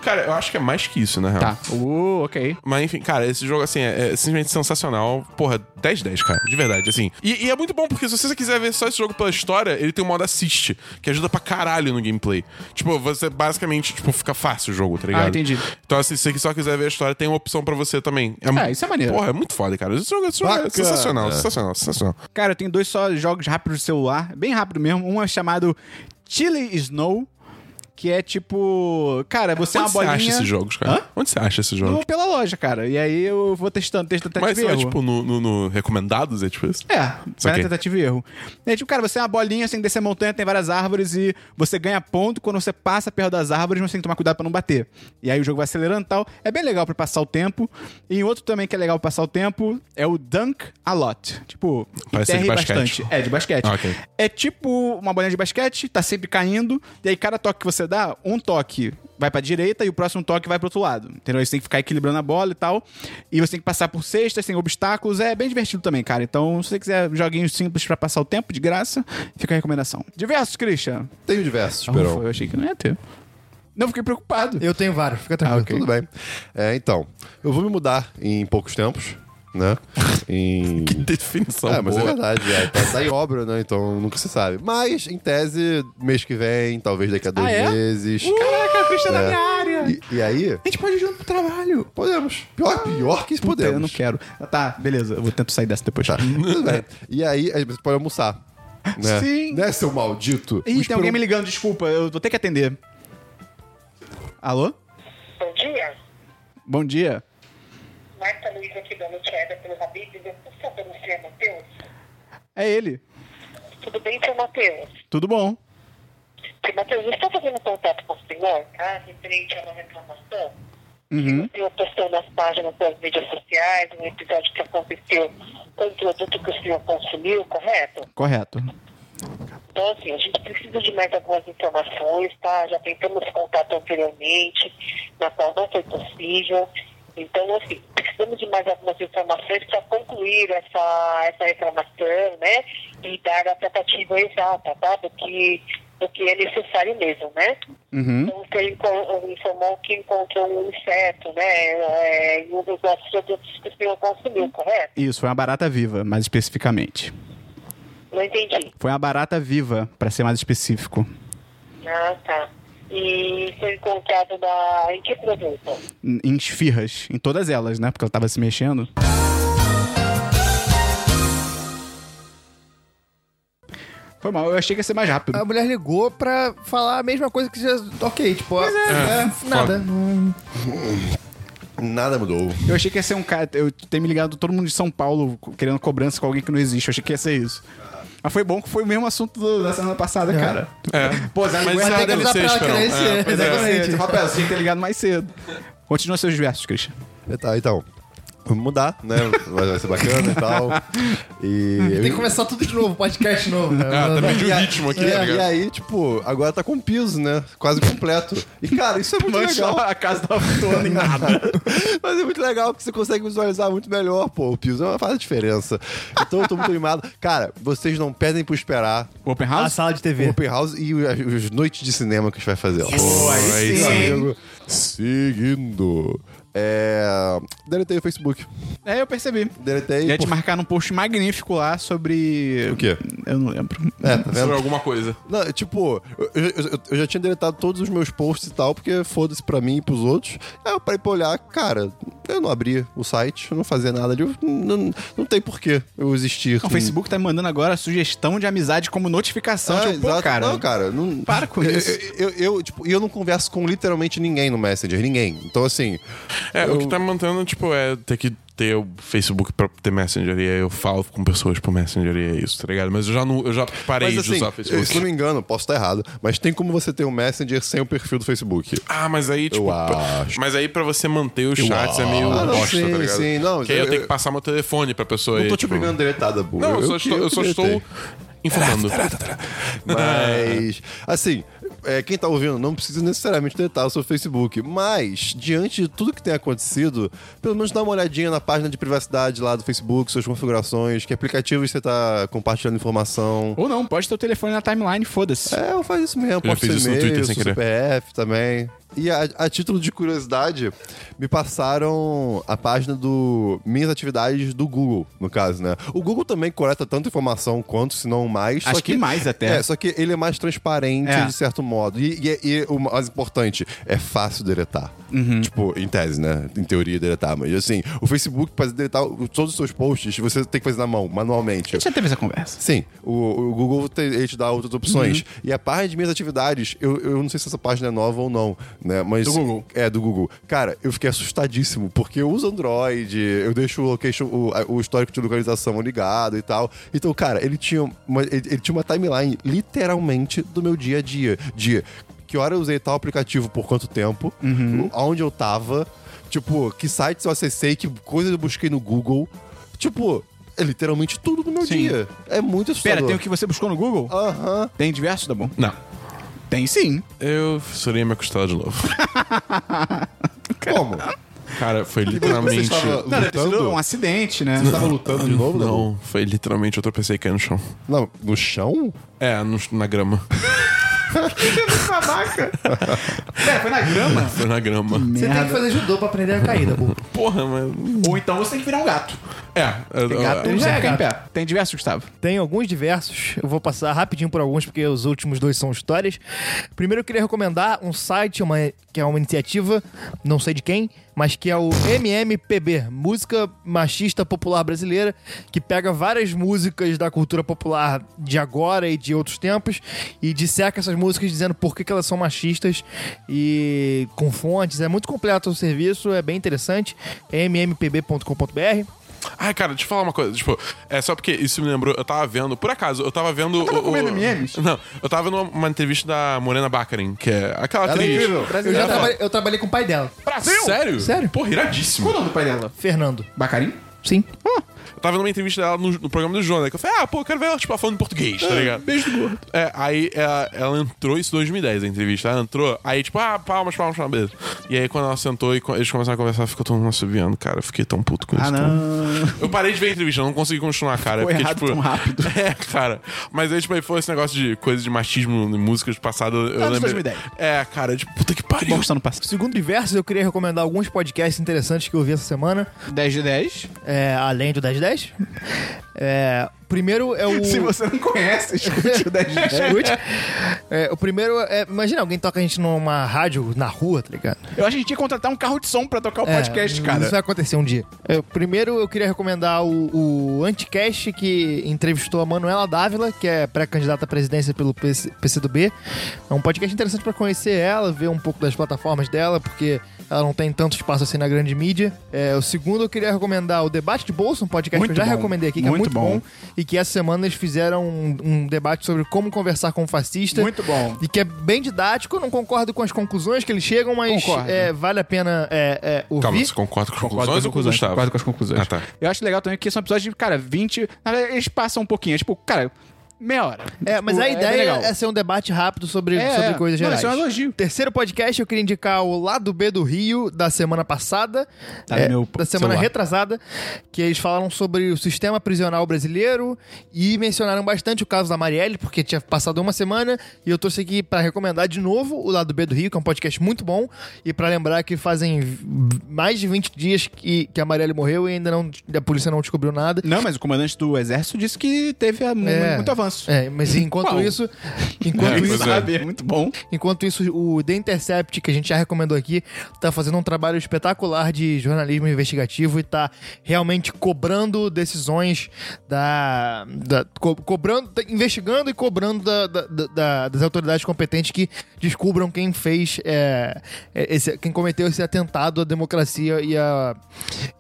C: Cara, eu acho que é mais que isso, na real.
A: Tá. Uh, ok.
C: Mas enfim, cara, esse jogo, assim, é, é simplesmente sensacional. Porra, 10-10, cara. De verdade, assim. E, e é muito bom, porque se você quiser ver só esse jogo pela história, ele tem um modo assist, que ajuda pra caralho no gameplay. Tipo, você basicamente, tipo, fica fácil o jogo, tá ligado?
A: Ah, entendi.
C: Então, assim, se você só quiser ver a história, tem uma opção pra você também. É,
A: Ah, isso é maneiro.
C: Porra, é muito foda, cara. Esse jogo, esse jogo é
B: Bacana.
C: sensacional, sensacional, sensacional.
A: Cara, eu tenho dois só jogos rápidos de celular, bem rápido mesmo. Um é chamado Chile Snow, que é tipo. Cara, você
C: Onde
A: é uma
C: você acha
A: bolinha.
C: esses jogos, cara?
A: Hã?
C: Onde você acha esses
A: Eu
C: jogos?
A: vou pela loja, cara. E aí eu vou testando, testando até
C: Mas
A: que
C: você vai,
A: erro.
C: tipo, no, no- no recomendados, é tipo isso?
A: É, vai na
C: Saquei.
A: tentativa e erro. É tipo, cara, você é uma bolinha, você tem que descer a montanha, tem várias árvores e você ganha ponto quando você passa perto das árvores, mas você tem que tomar cuidado pra não bater. E aí o jogo vai acelerando e tal. É bem legal pra passar o tempo. E outro também que é legal pra passar o tempo é o Dunk A Lot. Tipo,
C: Parece ser de
A: enterre
C: basquete.
A: bastante. É, de basquete.
C: Ah, ok.
A: É tipo uma bolinha de basquete, tá sempre caindo, e aí cada toque que você dá, um toque vai pra direita e o próximo toque vai pro outro lado. Entendeu? Aí Você tem que ficar equilibrando a bola e tal. E você tem que passar por cestas, tem obstáculos, é bem divertido também, cara. Então, se você quiser joguinhos simples pra passar o tempo de graça, fica a recomendação. Diversos, Christian.
B: Tenho diversos,
A: Ufa,
B: Esperão.
A: eu achei que não ia ter. Não fiquei preocupado.
D: Eu tenho vários, fica tranquilo.
B: Tudo bem. É, então, eu vou me mudar em poucos tempos, né? Em...
C: Definição.
B: É, mas é
C: boa.
B: verdade, é, tá, tá em obra, né? Então nunca se sabe. Mas, em tese, mês que vem, talvez daqui a dois
A: Ah, é?
B: meses.
A: Caraca, Christian é da
B: É.
A: minha área.
B: E, e aí,
A: A gente pode ir junto pro trabalho.
B: podemos. Pior, pior que
A: Puta,
B: podemos.
A: eu não quero. Tá, beleza. Eu vou tentar sair dessa depois.
B: Tá, tudo bem. E aí, aí você pode almoçar. Né?
A: Sim.
B: Né, seu maldito?
A: Ih,
B: O
A: tem
B: Esperon-
A: alguém me ligando, desculpa, eu vou ter que atender. Alô?
F: Bom dia.
A: Bom dia.
F: Marta Luiz aqui dando queda pelo Rabib. Por favor, o senhor Matheus.
A: É ele.
F: Tudo bem, seu Matheus?
A: Tudo bom?
F: Seu Matheus, eu estou fazendo contato com o senhor, tá? Referente a uma reclamação.
A: Uhum.
F: O senhor postou nas páginas das mídias sociais um episódio que aconteceu com um produto que o senhor consumiu, correto?
A: Correto.
F: Então, assim, a gente precisa de mais algumas informações, tá? Já tentamos contato anteriormente, na qual não foi possível. Então, assim, precisamos de mais algumas informações para concluir essa, essa reclamação, né? E dar a tratativa exata, tá? Do que, do que é necessário mesmo, né?
A: Uhum.
F: Então, você enco- informou que encontrou um inseto, né? É, em um dos nossos produtos que o senhor consumiu, correto?
A: Isso, foi uma barata viva, mais especificamente.
F: Não entendi.
A: Foi uma barata viva, pra ser mais específico.
F: Ah, tá. E foi encontrado na... em que produto?
A: Em em esfirras, em todas elas, né? Porque ela tava se mexendo. Foi mal, eu achei que ia ser mais rápido.
D: A mulher ligou pra falar a mesma coisa que já. Ok, tipo, é,
C: É,
D: nada.
C: foda.
D: Hum,
B: Nada mudou.
A: Eu achei que ia ser um cara. Eu tenho me ligado todo mundo de São Paulo co- querendo cobrança com alguém que não existe. Eu achei que ia ser isso. Mas foi bom que foi o mesmo assunto do- da semana passada, cara.
C: É.
A: Pô, Zé
C: Mas
A: Miguel
C: isso
A: é
C: é
A: da
C: DLC,
D: pra
C: Esperão.
D: crescer.
C: É, pois é.
A: Exatamente. Rafael, tipo, você tinha que ter ligado mais cedo. Continua seus versos, Christian.
B: É, Tá, então. Vamos mudar, né? Vai, vai ser bacana e tal. E.
D: Tem que começar tudo de novo, podcast novo. né?
C: Ah, tá meio
B: E
C: o
B: aí-
C: ritmo aqui,
B: e,
C: tá
B: aí- e
C: ligado?
B: aí, tipo, agora tá com piso, né? Quase completo. E, cara, isso é muito legal.
A: a casa da toda em nada.
B: Mas é muito legal porque você consegue visualizar muito melhor, pô. O piso é- faz a diferença. Então eu tô muito animado. Cara, vocês não perdem por esperar
A: Open
B: Ah,
E: A
A: House?
E: sala de
B: o
E: TV.
B: Open House e o- as, as noites de cinema que a gente vai fazer. Pô,
C: aí
B: meu
A: sim.
B: amigo. Seguindo. É. Deletei o Facebook.
A: É, eu percebi.
B: Deletei.
A: Ia te
B: por-
A: marcar num post magnífico lá sobre.
B: O quê?
A: Eu não lembro.
B: É, tá vendo?
C: Sobre alguma coisa.
B: Não, tipo, eu, eu- eu- eu já tinha deletado todos os meus posts e tal, porque foda-se pra mim e pros outros. Aí eu parei pra olhar, cara, eu não abria o site, eu não fazia nada ali, eu não, não tem porquê eu existir.
A: O Facebook tá me mandando agora sugestão de amizade como notificação.
B: Ah,
A: tipo, pô,
B: exato.
A: cara.
B: Não, cara, não...
A: para com isso.
B: Eu, eu, eu, tipo, e eu não converso com literalmente ninguém no Messenger, ninguém. Então, assim,
C: É,
B: Eu-
C: o que tá me mantendo, tipo, é ter que ter o Facebook pra ter Messenger. E aí eu falo com pessoas por Messenger e é isso, tá ligado? Mas eu já, não, eu já parei
B: mas,
C: de
B: assim
C: usar Facebook.
B: se não me engano, posso estar errado, mas tem como você ter um Messenger sem o perfil do Facebook.
C: Ah, mas aí, tipo. pra-
B: acho.
C: Mas aí pra você manter os chats é meio
B: Ah, não,
C: bosta,
B: sim,
C: tá ligado?
B: sim, não,
C: Porque aí eu,
B: eu-
C: tenho que passar meu telefone pra pessoa
B: Não
C: aí.
B: tô te
C: tipo-
B: obrigando deletada, Bu.
C: Não, eu, só estou, eu só estou
B: deletei.
C: informando.
B: Tá Ah. Mas, assim, é, quem tá ouvindo não precisa necessariamente deletar o seu Facebook. Mas, diante de tudo que tem acontecido, pelo menos dá uma olhadinha na página de privacidade lá do Facebook, suas configurações, que aplicativos você tá compartilhando informação.
A: Ou não, pode ter o telefone na timeline, foda-se.
B: É, eu faço isso mesmo.
C: já
B: Posto
C: fiz isso no
B: e-mail,
C: Twitter sem
B: seu
C: querer.
B: CPF também. E a, a título de curiosidade, me passaram a página do Minhas Atividades do Google, no caso, né? O Google também coleta tanta informação quanto, se não mais.
A: Acho
B: só
A: que mais até.
B: É, só que ele é mais transparente,
A: É.
B: de certo modo. E, e- e o mais importante, é fácil deletar. Tipo, em tese, né? Em teoria, deletar. Mas assim, o Facebook, para deletar todos os seus posts, você tem que fazer na mão, manualmente.
A: A gente já teve essa conversa.
B: Sim, o, o Google te, ele te dá outras opções. E a página de minhas atividades, eu, eu não sei se essa página é nova ou não, né? Mas, do Google. É, do Google. Cara, eu fiquei assustadíssimo, porque eu uso Android, eu deixo o location, o, a- o histórico de localização ligado e tal. Então, cara, ele tinha uma, ele, ele tinha uma timeline, literalmente, do meu dia a dia. De que hora eu usei tal aplicativo por quanto tempo, aonde eu tava, tipo, que sites eu acessei, que coisas eu busquei no Google. Tipo, é literalmente tudo do meu
A: Sim.
B: dia. É muito
A: Pera,
B: assustador.
A: tem o que você buscou no Google?
B: Aham.
A: Tem diversos, tá bom?
C: Não.
A: Tem sim.
C: Eu surei minha costela de novo.
B: Como?
A: Ah,
C: Cara, foi
B: Você
C: literalmente.
B: estava
A: Um
B: lutando?
A: acidente, né?
B: Você estava lutando de novo, né? Dabu?
C: Não, foi literalmente eu tropecei e caí no chão.
B: Não, no chão?
C: É, no- na grama.
A: Pera, foi na grama?
C: Foi na grama.
D: Você tem que fazer judô pra aprender a caída, pô.
C: Porra, mas.
A: Ou então você tem que virar um gato.
C: É, eu-
A: Gato
C: eu-
A: não
D: já
A: sabe
D: é
A: ficar em pé. Tem diversos, Gustavo.
E: Tem alguns diversos. Eu vou passar rapidinho por alguns, porque os últimos dois são histórias. Primeiro eu queria recomendar um site, uma, que é uma iniciativa, não sei de quem, mas que é o MMPB, Música Machista Popular Brasileira, que pega várias músicas da cultura popular de agora e de outros tempos e disseca essas músicas dizendo por que, que elas são machistas e com fontes. É muito completo o serviço, é bem interessante. mmpb.com.br.
C: Ai, cara, deixa eu falar uma coisa. Tipo, é só porque isso me lembrou. Eu tava vendo, por acaso, eu tava vendo. Eu
A: tava
C: o,
A: comendo
C: o-
A: M&Ms?
C: Não, eu tava vendo uma, uma entrevista da Morena Baccarin, que é aquela
B: Ela é
C: atriz.
B: incrível.
D: Eu, já trabalhei, eu trabalhei com o pai dela.
C: Brasil! Sério?
E: Sério.
C: Porra, iradíssimo.
A: Qual o nome do pai dela?
E: Fernando.
A: Bacarim?
E: Sim.
C: Eu tava vendo uma entrevista dela no, no programa do Jonas, que eu falei, ah, pô, eu quero ver ela, tipo, ela falando em português, tá ligado? Beijo do gordo. É, aí ela, ela entrou, isso em 2010, a entrevista, ela entrou, aí tipo, ah, palmas, palmas, palmas, beleza. E aí quando ela sentou e co- eles começaram a conversar, ficou todo mundo assobiando, cara, eu fiquei tão puto com isso. cara. Eu parei de ver a entrevista, eu não consegui continuar, cara.
A: Foi
C: porque,
A: errado
C: tipo,
A: tão rápido.
C: É, cara. Mas aí, tipo, aí foi esse negócio de coisa de machismo em músicas passadas. Eu
A: Anos
C: lembro.
A: 2010.
C: É, cara, tipo, puta que pariu.
A: Bom que está no passado.
E: Segundo diversos, eu queria recomendar alguns podcasts interessantes que eu vi essa semana,
A: 10 de 10.
E: é, além do 1010. É, primeiro é o.
A: Se você não conhece, escute o 10 de 10.
E: Escute. É, o primeiro é. Imagina alguém toca a gente numa rádio na rua, tá ligado?
A: Eu acho que a gente ia contratar um carro de som pra tocar o
E: É,
A: podcast, cara.
E: Isso vai acontecer um dia. É, primeiro eu queria recomendar o, o Anticast, que entrevistou a Manuela Dávila, que é pré-candidata à presidência pelo PC, PCdoB. É um podcast interessante pra conhecer ela, ver um pouco das plataformas dela, porque ela não tem tanto espaço assim na grande mídia. É, o segundo eu queria recomendar o Debate de Bolsa, um podcast
A: Muito
E: que eu já
A: bom.
E: recomendei aqui, que é
A: Muito Muito bom.
E: E que essa semana eles fizeram um, um debate sobre como conversar com um fascista.
A: Muito bom.
E: E que é bem didático, eu não concordo com as conclusões que eles chegam, mas
A: Concordo.
E: é, vale a pena é, é, ouvir.
C: Calma, você concorda com as conclusões ou com o Gustavo?
A: Concordo com as conclusões.
C: Ah, tá.
A: Eu acho legal também que esse é um episódio de, cara, 20. Na verdade, eles passam um pouquinho. é Tipo, cara, meia hora.
E: É, mas
A: Tipo,
E: a
A: bem
E: ideia
A: legal.
E: é, ser um debate rápido sobre,
A: É,
E: sobre
A: é.
E: coisas
A: Não,
E: gerais.
A: isso é um elogio.
E: Terceiro podcast, eu queria indicar o Lado B do Rio, da semana passada. É,
A: Tá no meu
E: da semana
A: celular.
E: retrasada, que eles falaram sobre o sistema prisional brasileiro e mencionaram bastante o caso da Marielle, porque tinha passado uma semana, e eu trouxe aqui pra recomendar de novo o Lado B do Rio, que é um podcast muito bom, e pra lembrar que fazem v- mais de 20 dias que, que a Marielle morreu e ainda não a polícia não descobriu nada.
A: Não, mas o comandante do exército disse que teve ah, mu-
E: É.
A: muito avanço.
E: É, mas enquanto
A: Uau.
E: isso, enquanto
C: É,
E: isso,
C: pois
A: sabe? Muito bom.
E: Enquanto isso, o The Intercept, que a gente já recomendou aqui, tá fazendo um trabalho espetacular de jornalismo investigativo e tá realmente cobrando decisões da. da- co- cobrando, tá investigando e cobrando da- da- da- da- das autoridades competentes que descubram quem fez. é, é, esse- quem cometeu esse atentado à democracia e, a,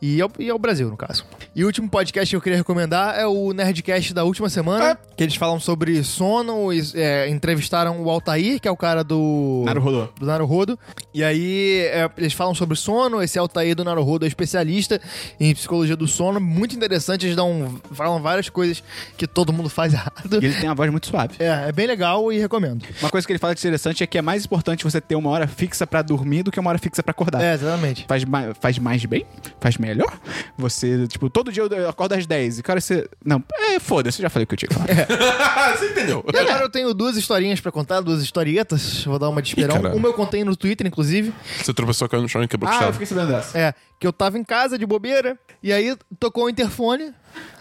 E: e, ao, e ao Brasil, no caso. E o último podcast que eu queria recomendar é o Nerdcast da última semana, que eles falam sobre sono, e, é, entrevistaram o Altair, que é o cara do...
A: Naruhodô.
E: Do Naruhodo. E aí é, eles falam sobre sono, esse Altair do Naruhodo é especialista em psicologia do sono, muito interessante, eles dão, um, falam várias coisas que todo mundo faz errado.
A: E ele tem uma voz muito suave.
E: É, é bem legal e recomendo.
A: Uma coisa que ele fala de interessante é que é mais importante você ter uma hora fixa pra dormir do que uma hora fixa pra acordar.
E: É, exatamente.
A: Faz, ma- faz mais bem? Faz melhor? Você, tipo, todo dia eu acordo às 10 e, cara, você. Não, é, foda-se, eu já falei o que eu tinha que falar.
E: É.
C: Ah, você entendeu?
B: É.
E: E agora eu tenho duas historinhas pra contar, duas historietas. Vou dar uma de esperão.
C: caralho.
E: Uma eu contei no Twitter, inclusive.
C: Você tropeçou, caiu no chão e quebrou o
A: Ah, eu
C: estado.
A: fiquei sabendo dessa.
E: É, que eu tava em casa de bobeira. E aí tocou o interfone.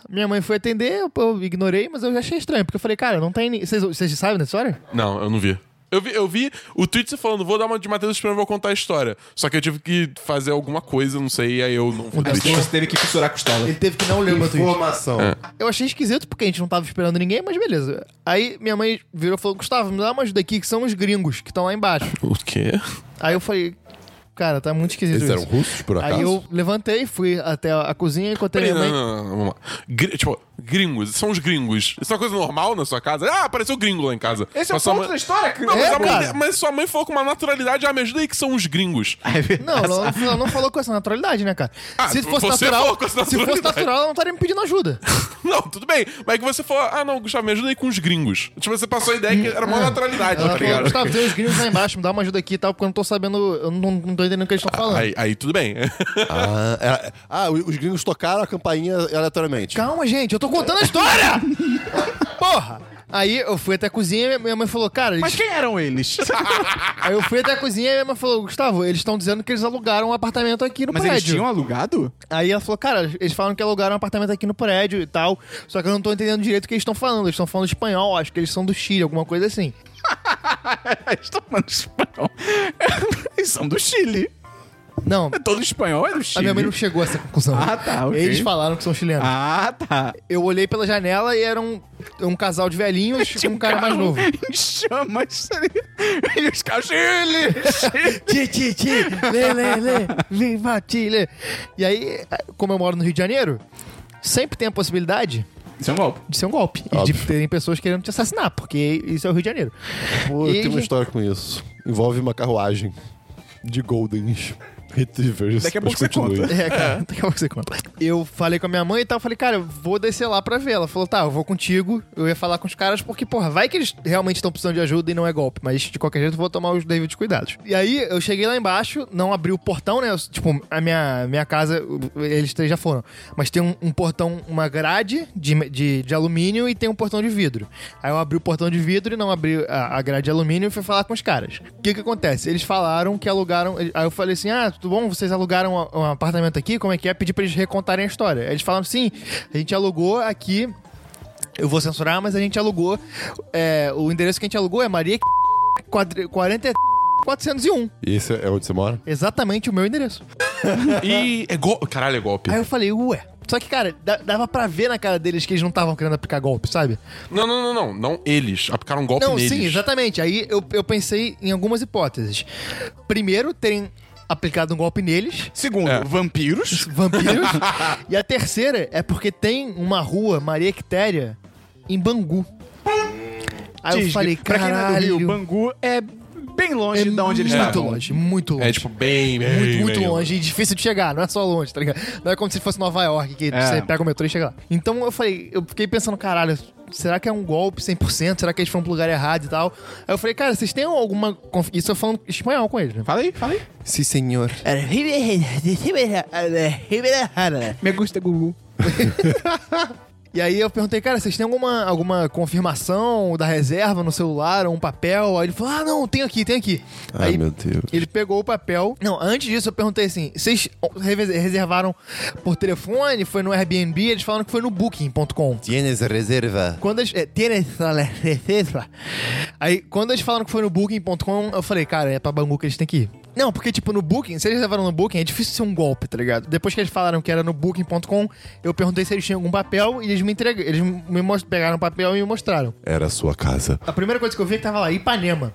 E: Minha mãe foi atender, eu, eu ignorei, mas eu já achei estranho. Porque eu falei, cara, não tem. ni- Vocês vocês sabem da história?
C: Não, eu não vi. Eu vi, eu vi o tweet você falando, vou dar uma de Matheus Esperão e vou contar a história. Só que eu tive que fazer alguma coisa, não sei, aí eu não vi o
A: Acho que
C: tweet.
A: você teve que costurar a costela. É.
E: Ele teve que não ler o meu tweet.
B: Informação.
E: Eu achei esquisito porque a gente não tava esperando ninguém, mas beleza. Aí minha mãe virou e falou: Gustavo, me dá uma ajuda aqui, que são os gringos que estão lá embaixo.
C: O quê?
E: Aí eu falei, cara, tá muito esquisito
B: Eles
E: isso.
B: eram russos, por acaso?
E: Aí eu levantei, fui até a cozinha, encontrei
C: Peraí,
E: minha
C: não,
E: mãe.
C: não, não, não, vamos lá. Gri- tipo, gringos, são os gringos. Isso é uma coisa normal na sua casa? Ah, apareceu gringo lá em casa.
A: Esse é o
C: Mas sua
A: ponto
C: mãe-
A: da história, cara.
C: Não, mas,
E: É,
C: a mãe-
E: cara.
C: mas sua mãe falou com uma naturalidade, ah, me ajuda aí que são os gringos.
E: Não, ela não, ela não falou com essa naturalidade, né, cara?
C: Ah,
E: se fosse
C: você
E: natural,
C: falou com essa
E: se fosse
C: naturalidade.
E: natural, ela não estaria me pedindo ajuda.
C: Não, tudo bem. Mas que você falou, ah, não, Gustavo, me ajuda aí com os gringos. Tipo, você passou a ideia que era uma naturalidade, tá
E: É. Ela falou,
C: ligado?
E: Gustavo, tem os gringos lá embaixo, me dá uma ajuda aqui e tal, porque eu não tô sabendo, eu não, não tô entendendo o que eles estão falando.
C: Aí, aí tudo bem.
B: Ah, era- ah, os gringos tocaram a campainha aleatoriamente.
E: Calma, gente, eu tô contando a história! Porra! Aí eu fui até a cozinha e minha mãe falou, cara, eles...
A: Mas quem eram eles?
E: aí eu fui até a cozinha e minha mãe falou, Gustavo, eles estão dizendo que eles alugaram um apartamento aqui no
A: Mas
E: prédio.
A: eles tinham alugado?
E: Aí ela falou, cara, eles falam que alugaram um apartamento aqui no prédio e tal, só que eu não tô entendendo direito o que eles estão falando. Eles estão falando espanhol, acho que eles são do Chile, alguma coisa assim.
A: Eles estão falando espanhol. Eles são do Chile.
E: Não,
A: Todo espanhol é do Chile.
E: a minha mãe não chegou a essa conclusão.
A: Ah, tá, ok.
E: Eles falaram que são chilenos.
A: Ah, tá.
E: Eu olhei pela janela e era um, um casal de velhinhos com um cara mais novo.
A: Em chamas. E os caras. Chile!
E: Ti, ti, ti, lê, lê, lê, viva Chile. E aí, como eu moro no Rio de Janeiro, sempre tem a possibilidade
A: Isso é um golpe.
E: de ser um golpe. E de terem pessoas querendo te assassinar, porque isso é o Rio de Janeiro.
B: Pô, eu
E: E-
B: tenho uma história com isso. Envolve uma carruagem de Goldens Retrievers.
A: Daqui a
B: Mas
A: pouco você
B: continue.
A: conta.
E: É, cara, daqui a pouco você conta. Eu falei com a minha mãe e tal, falei, cara, eu vou descer lá pra ver. Ela falou, tá, eu vou contigo, eu ia falar com os caras, porque, porra, vai que eles realmente estão precisando de ajuda e não é golpe, mas de qualquer jeito eu vou tomar os devidos cuidados. E aí, eu cheguei lá embaixo, não abri o portão, né? Eu, tipo, a minha, minha casa, eles três já foram. Mas tem um, um portão, uma grade de, de, de alumínio e tem um portão de vidro. Aí eu abri o portão de vidro e não abri a, a grade de alumínio e fui falar com os caras. O que que acontece? Eles falaram que alugaram. Aí eu falei assim: ah, tudo bom, vocês alugaram um, um apartamento aqui? Como é que é? Pedi pra eles recontarem a história. Aí Eles falaram: sim, a gente alugou aqui. Eu vou censurar, mas a gente alugou. é, o endereço que a gente alugou é Maria 40 401.
B: E esse é onde você mora?
E: Exatamente o meu endereço.
C: e é golpe. Caralho, é golpe.
E: Aí eu falei, ué. Só que, cara, da- dava pra ver na cara deles que eles não estavam querendo aplicar golpe, sabe?
C: Não, não, não, não. Não eles. Aplicaram um golpe
E: Não,
C: neles.
E: sim, exatamente. Aí eu, eu pensei em algumas hipóteses. Primeiro, terem aplicado um golpe neles,
A: Segundo,
C: É.
A: vampiros.
E: vampiros. e a terceira é porque tem uma rua, Maria Quitéria, em Bangu. Aí eu
A: Disney.
E: falei,
A: pra quem não é do
E: caralho.
A: Rio, Bangu é bem longe
E: é
A: de onde eles
E: muito
A: estavam.
E: longe, muito longe.
C: É tipo bem, bem,
E: Muito,
C: bem
E: muito longe e difícil de chegar, não é só longe, tá ligado? Não é como se fosse Nova York, que
A: É.
E: você pega o metrô e chega lá. Então eu falei, eu fiquei pensando, caralho, será que é um golpe 100%? Será que eles foram pro lugar errado e tal? Aí eu falei, cara, vocês têm alguma. conf- Isso eu falando espanhol com eles, né? É,
A: Fala aí, fala aí.
B: Sim, senhor.
A: Me gusta Gugu.
E: E aí eu perguntei, cara, vocês têm alguma, alguma confirmação da reserva no celular ou um papel? Aí ele falou, ah, não, tem aqui, tem aqui.
B: Ai,
E: aí
B: Ah, meu Deus.
E: Ele pegou o papel. Não, antes disso eu perguntei assim: vocês reve- reservaram por telefone? Foi no Airbnb? Eles falaram que foi no Booking.com.
B: Tienes reserva.
E: Quando eles. É, tienes la reserva? Aí, quando eles falaram que foi no Booking.com, eu falei, cara, é pra Bangu que eles têm que ir. Não, porque, tipo, no Booking, se eles reservaram no Booking, é difícil ser um golpe, tá ligado? Depois que eles falaram que era no Booking.com, eu perguntei se eles tinham algum papel e eles me entregaram. Eles me mos- pegaram o papel e me mostraram.
B: Era a sua casa.
E: A primeira coisa que eu vi é que tava lá, Ipanema.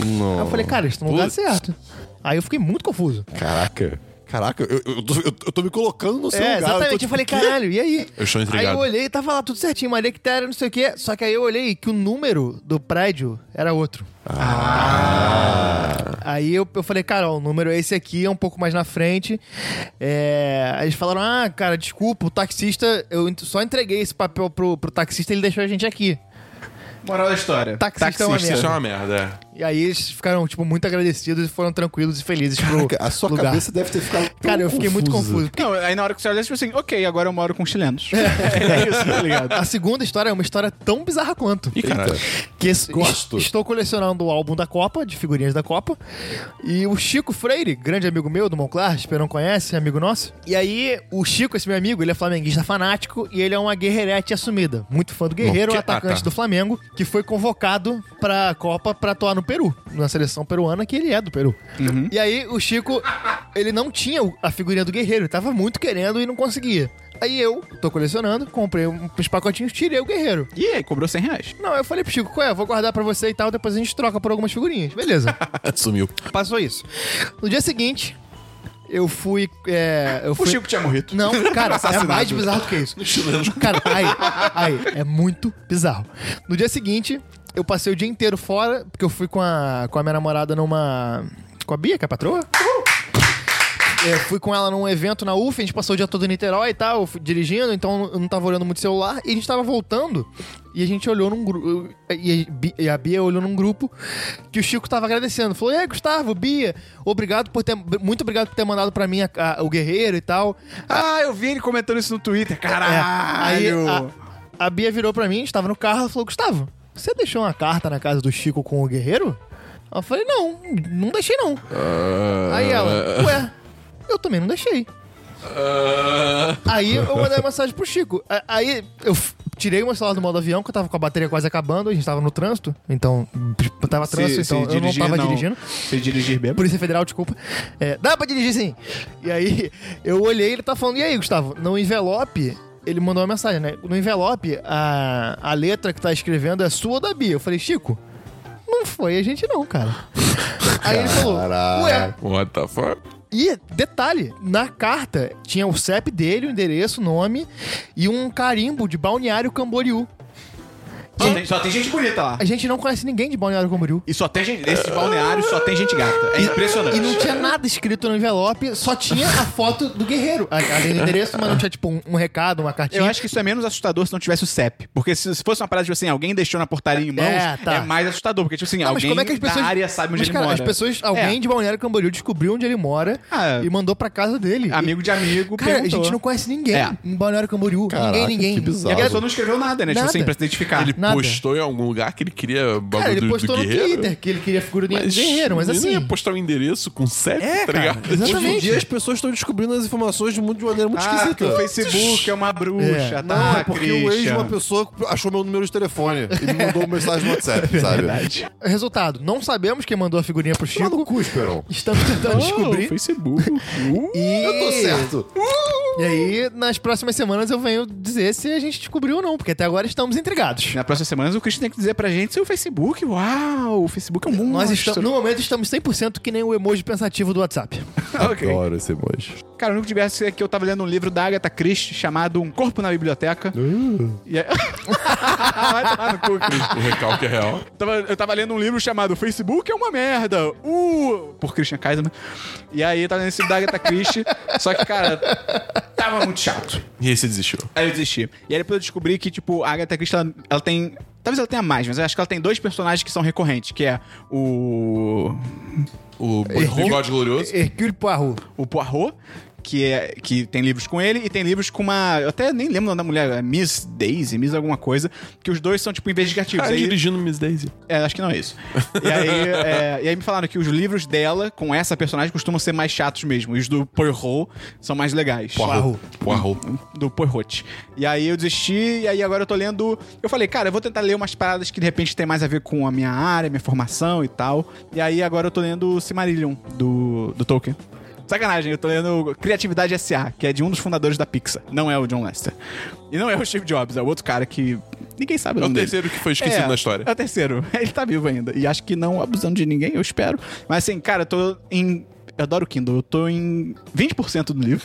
E: Aí
B: Não.
E: eu falei, cara, eles estão no lugar certo. Aí eu fiquei muito confuso.
B: Caraca. Caraca, eu, eu, tô, eu- eu tô me colocando no seu
E: É,
B: lugar.
E: exatamente. Eu,
B: tô tipo,
E: falei, caralho, e aí?
C: Eu estou
E: Aí
C: intrigado.
E: eu olhei, tava lá tudo certinho, Maria Quitéria, não sei o quê. Só que aí eu olhei que o número do prédio era outro.
C: Ah.
E: Aí eu, eu falei, cara, ó, o número é esse aqui, é um pouco mais na frente. É, aí eles falaram, ah, cara, desculpa, o taxista, eu ent- só entreguei esse papel pro, pro taxista, ele deixou a gente aqui.
A: Moral da história.
E: Taxista, é uma
C: Isso é
E: merda.
C: uma merda. é.
E: E aí eles ficaram, tipo, muito agradecidos e foram tranquilos e felizes
B: Caraca,
E: pro
B: a sua
E: lugar.
B: cabeça deve ter ficado. tão
E: Cara, eu fiquei muito
B: confusa.
E: confuso.
A: Não, aí na hora que você olha, tipo assim, ok, agora eu moro com chilenos. é isso, tá ligado?
E: A segunda história é uma história tão bizarra quanto.
C: Ih, caralho.
E: Que es-
B: Gosto.
E: es- Estou colecionando o álbum da Copa, de figurinhas da Copa. E o Chico Freire, grande amigo meu do Monclar, Esperão conhece, amigo nosso. E aí, o Chico, esse meu amigo, ele é flamenguista fanático e ele é uma guerreirete assumida. Muito fã do Guerreiro,
C: que- ah,
E: atacante
C: tá.
E: do Flamengo, que foi convocado pra Copa pra atuar no Peru, na seleção peruana, que ele é do Peru. E aí, o Chico, ele não tinha o- a figurinha do Guerreiro, ele tava muito querendo e não conseguia. Aí eu, tô colecionando, comprei um- uns pacotinhos, tirei o Guerreiro.
A: E aí, cobrou 100 reais.
E: Não, eu falei pro Chico, qual é? Eu vou guardar pra você e tal, depois a gente troca por algumas figurinhas. Beleza.
C: Sumiu.
E: Passou isso. No dia seguinte, eu fui. é, eu
A: O
E: fui...
A: Chico tinha morrido.
E: Não, cara, é
A: Assassinado.
E: mais bizarro do que isso. Cara, aí, aí, é muito bizarro. No dia seguinte, eu passei o dia inteiro fora, porque eu fui com a, com a minha namorada numa. Com a Bia, que é a patroa? É, fui com ela num evento na UF, a gente passou o dia todo em Niterói e tal, eu fui dirigindo, então eu não tava olhando muito celular, e a gente tava voltando, e a gente olhou num grupo, e a Bi- e a Bia olhou num grupo, que o Chico tava agradecendo, falou, e aí, Gustavo, Bia, obrigado por ter, muito obrigado por ter mandado pra mim a- a- o Guerreiro e tal.
A: Ah, eu vi ele comentando isso no Twitter.
E: É. Aí
A: Caralho!
E: a, a Bia virou pra mim, estava no carro, ela falou: Gustavo, você deixou uma carta na casa do Chico com o guerreiro? Eu falei: Não, não deixei não. Aí ela: Ué, eu também não deixei. Ah. Aí eu mandei uma mensagem pro Chico. A- Aí eu f- tirei o meu celular do modo avião, que eu tava com a bateria quase acabando, a gente tava no trânsito, então tava trânsito, então eu não tava dirigindo.
A: Se dirigir bêbado.
E: Polícia Federal, desculpa. É, dá pra dirigir sim. E aí, eu olhei ele tá falando, e aí, Gustavo, no envelope, ele mandou uma mensagem, né? No envelope, a, a letra que tá escrevendo é sua ou da Bia. Eu falei, Chico, não foi a gente não, cara. aí ele falou, ué.
C: What the fuck?
E: E, detalhe, na carta tinha o CEP dele, o endereço, o nome e um carimbo de Balneário Camboriú.
A: Só tem, só tem gente bonita lá.
E: A gente não conhece ninguém de Balneário Camboriú.
A: E só tem gente. Nesse balneário só tem gente gata. É impressionante.
E: E não tinha nada escrito no envelope, só tinha a foto do guerreiro. A- Além do endereço, mas não tinha, tipo, um, um recado, uma cartinha.
A: Eu acho que isso é menos assustador se não tivesse o CEP. Porque se, se fosse uma parada, tipo assim, alguém deixou na portaria em mãos,
E: É,
A: é,
E: tá.
A: mais assustador. Porque, tipo assim,
E: Não, mas
A: alguém
E: como é que as pessoas...
A: da área sabe onde
E: mas,
A: ele
E: cara,
A: mora. É.
E: as pessoas... Alguém de Balneário Camboriú descobriu onde ele mora
A: Ah,
E: e mandou pra casa dele.
A: É, Amigo de amigo,
E: E, cara,
A: perguntou.
E: a gente não conhece ninguém
A: É.
E: em Balneário Camboriú.
B: Caraca,
E: ninguém, ninguém.
B: que
A: E a
B: bizarro.
A: pessoa não escreveu nada, né?
E: Nada.
A: Tipo assim, pra se identificar.
C: Ele
E: Ah, Nada.
C: postou em algum lugar que ele queria bagulho
E: Cara, ele
C: do-
E: postou
C: do
E: no
C: guerreiro.
E: Twitter que ele queria figura do guerreiro, mas
C: ele não
E: assim...
C: ia postar o endereço com CEP,
E: É,
C: tá
E: cara,
C: ligado?
E: exatamente.
B: Hoje em dia as pessoas estão descobrindo as informações do mundo de maneira muito
A: Ah, porque
B: esquisita.
A: o Facebook é uma bruxa, tá?
E: É.
B: Não, é porque o ex de
A: Christian.
B: uma pessoa achou meu número de telefone e me mandou uma mensagem no
E: É
B: WhatsApp, sabe? Verdade.
E: Resultado, não sabemos quem mandou a figurinha pro
B: Lá no
E: Chico.
B: cu, Esperão.
E: Estamos tentando
A: Oh,
E: descobrir.
A: Facebook. Uh,
E: E...
B: Eu tô certo.
D: E aí, nas próximas semanas, eu venho dizer se a gente descobriu ou não, porque até agora estamos intrigados.
A: Na próxima semana, o Christian tem que dizer pra gente se o Facebook. Uau, o Facebook é um mundo.
D: Nós estamos, no momento, estamos 100% que nem o emoji pensativo do WhatsApp.
A: Ok.
B: Adoro esse emoji.
A: Cara, o único diverso é que eu tava lendo um livro da Agatha Christie chamado Um Corpo na Biblioteca.
E: Ah.
A: E aí... Vai tomar no cu, Christian.
C: O recalque é real.
A: Tava- eu tava lendo um livro chamado Facebook é uma merda. Uh! Por Christian Kaiser. né? E aí eu tava lendo esse da Agatha Christie. só que, cara, tava muito chato.
C: E aí você desistiu.
A: Aí eu desisti. E aí depois eu descobri que, tipo, a Agatha Christie, ela, ela tem... Talvez ela tenha mais, mas eu acho que ela tem dois personagens que são recorrentes, que é o...
C: O bigode glorioso.
D: Hercule Poirot.
A: o Poirot, que, é, que tem livros com ele, e tem livros com uma. Eu até nem lembro o nome da mulher, é Miss Daisy, Miss alguma coisa, que os dois são, tipo, investigativos.
C: Cara,
A: Aí-
C: dirigindo Miss Daisy.
A: é, acho que não é isso. E aí, é, e aí me falaram que os livros dela, com essa personagem, costumam ser mais chatos mesmo. E os do Poirot são mais legais.
C: Poirot.
A: Do Poirot. E aí eu desisti, e aí agora eu tô lendo. Eu falei, cara, eu vou tentar ler umas paradas que de repente tem mais a ver com a minha área, minha formação e tal. E aí agora eu tô lendo o Cimarillion, do, do Tolkien. Sacanagem, eu tô lendo Criatividade S.A., que é de um dos fundadores da Pixar. Não é o John Lester. E não é o Steve Jobs, é o outro cara que. Ninguém sabe o
C: É o
A: nome dele.
C: terceiro que foi esquecido
A: É,
C: na história.
A: É o terceiro. Ele tá vivo ainda. E acho que não abusando de ninguém, eu espero. Mas assim, cara, eu tô em. Eu adoro o Kindle. Eu tô em 20% do livro.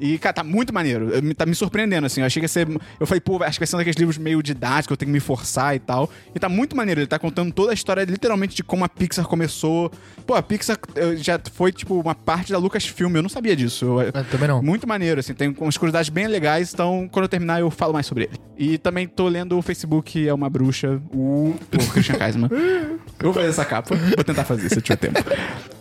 A: e, cara, tá muito maneiro. Eu me- Tá me surpreendendo, assim. Eu achei que ia ser. Eu falei, pô, acho que vai ser um daqueles livros meio didáticos, eu tenho que me forçar e tal. E tá muito maneiro. Ele tá contando toda a história, literalmente, de como a Pixar começou. Pô, a Pixar eh, já foi, tipo, uma parte da Lucasfilm. Eu não sabia disso. Eu,
D: Eu É, também não.
A: muito maneiro, assim. Tem umas curiosidades bem legais, então quando eu terminar eu falo mais sobre ele. E também tô lendo o Facebook É Uma Bruxa, o por Christian Kaisman. eu vou fazer essa capa, vou tentar fazer se eu tiver tempo.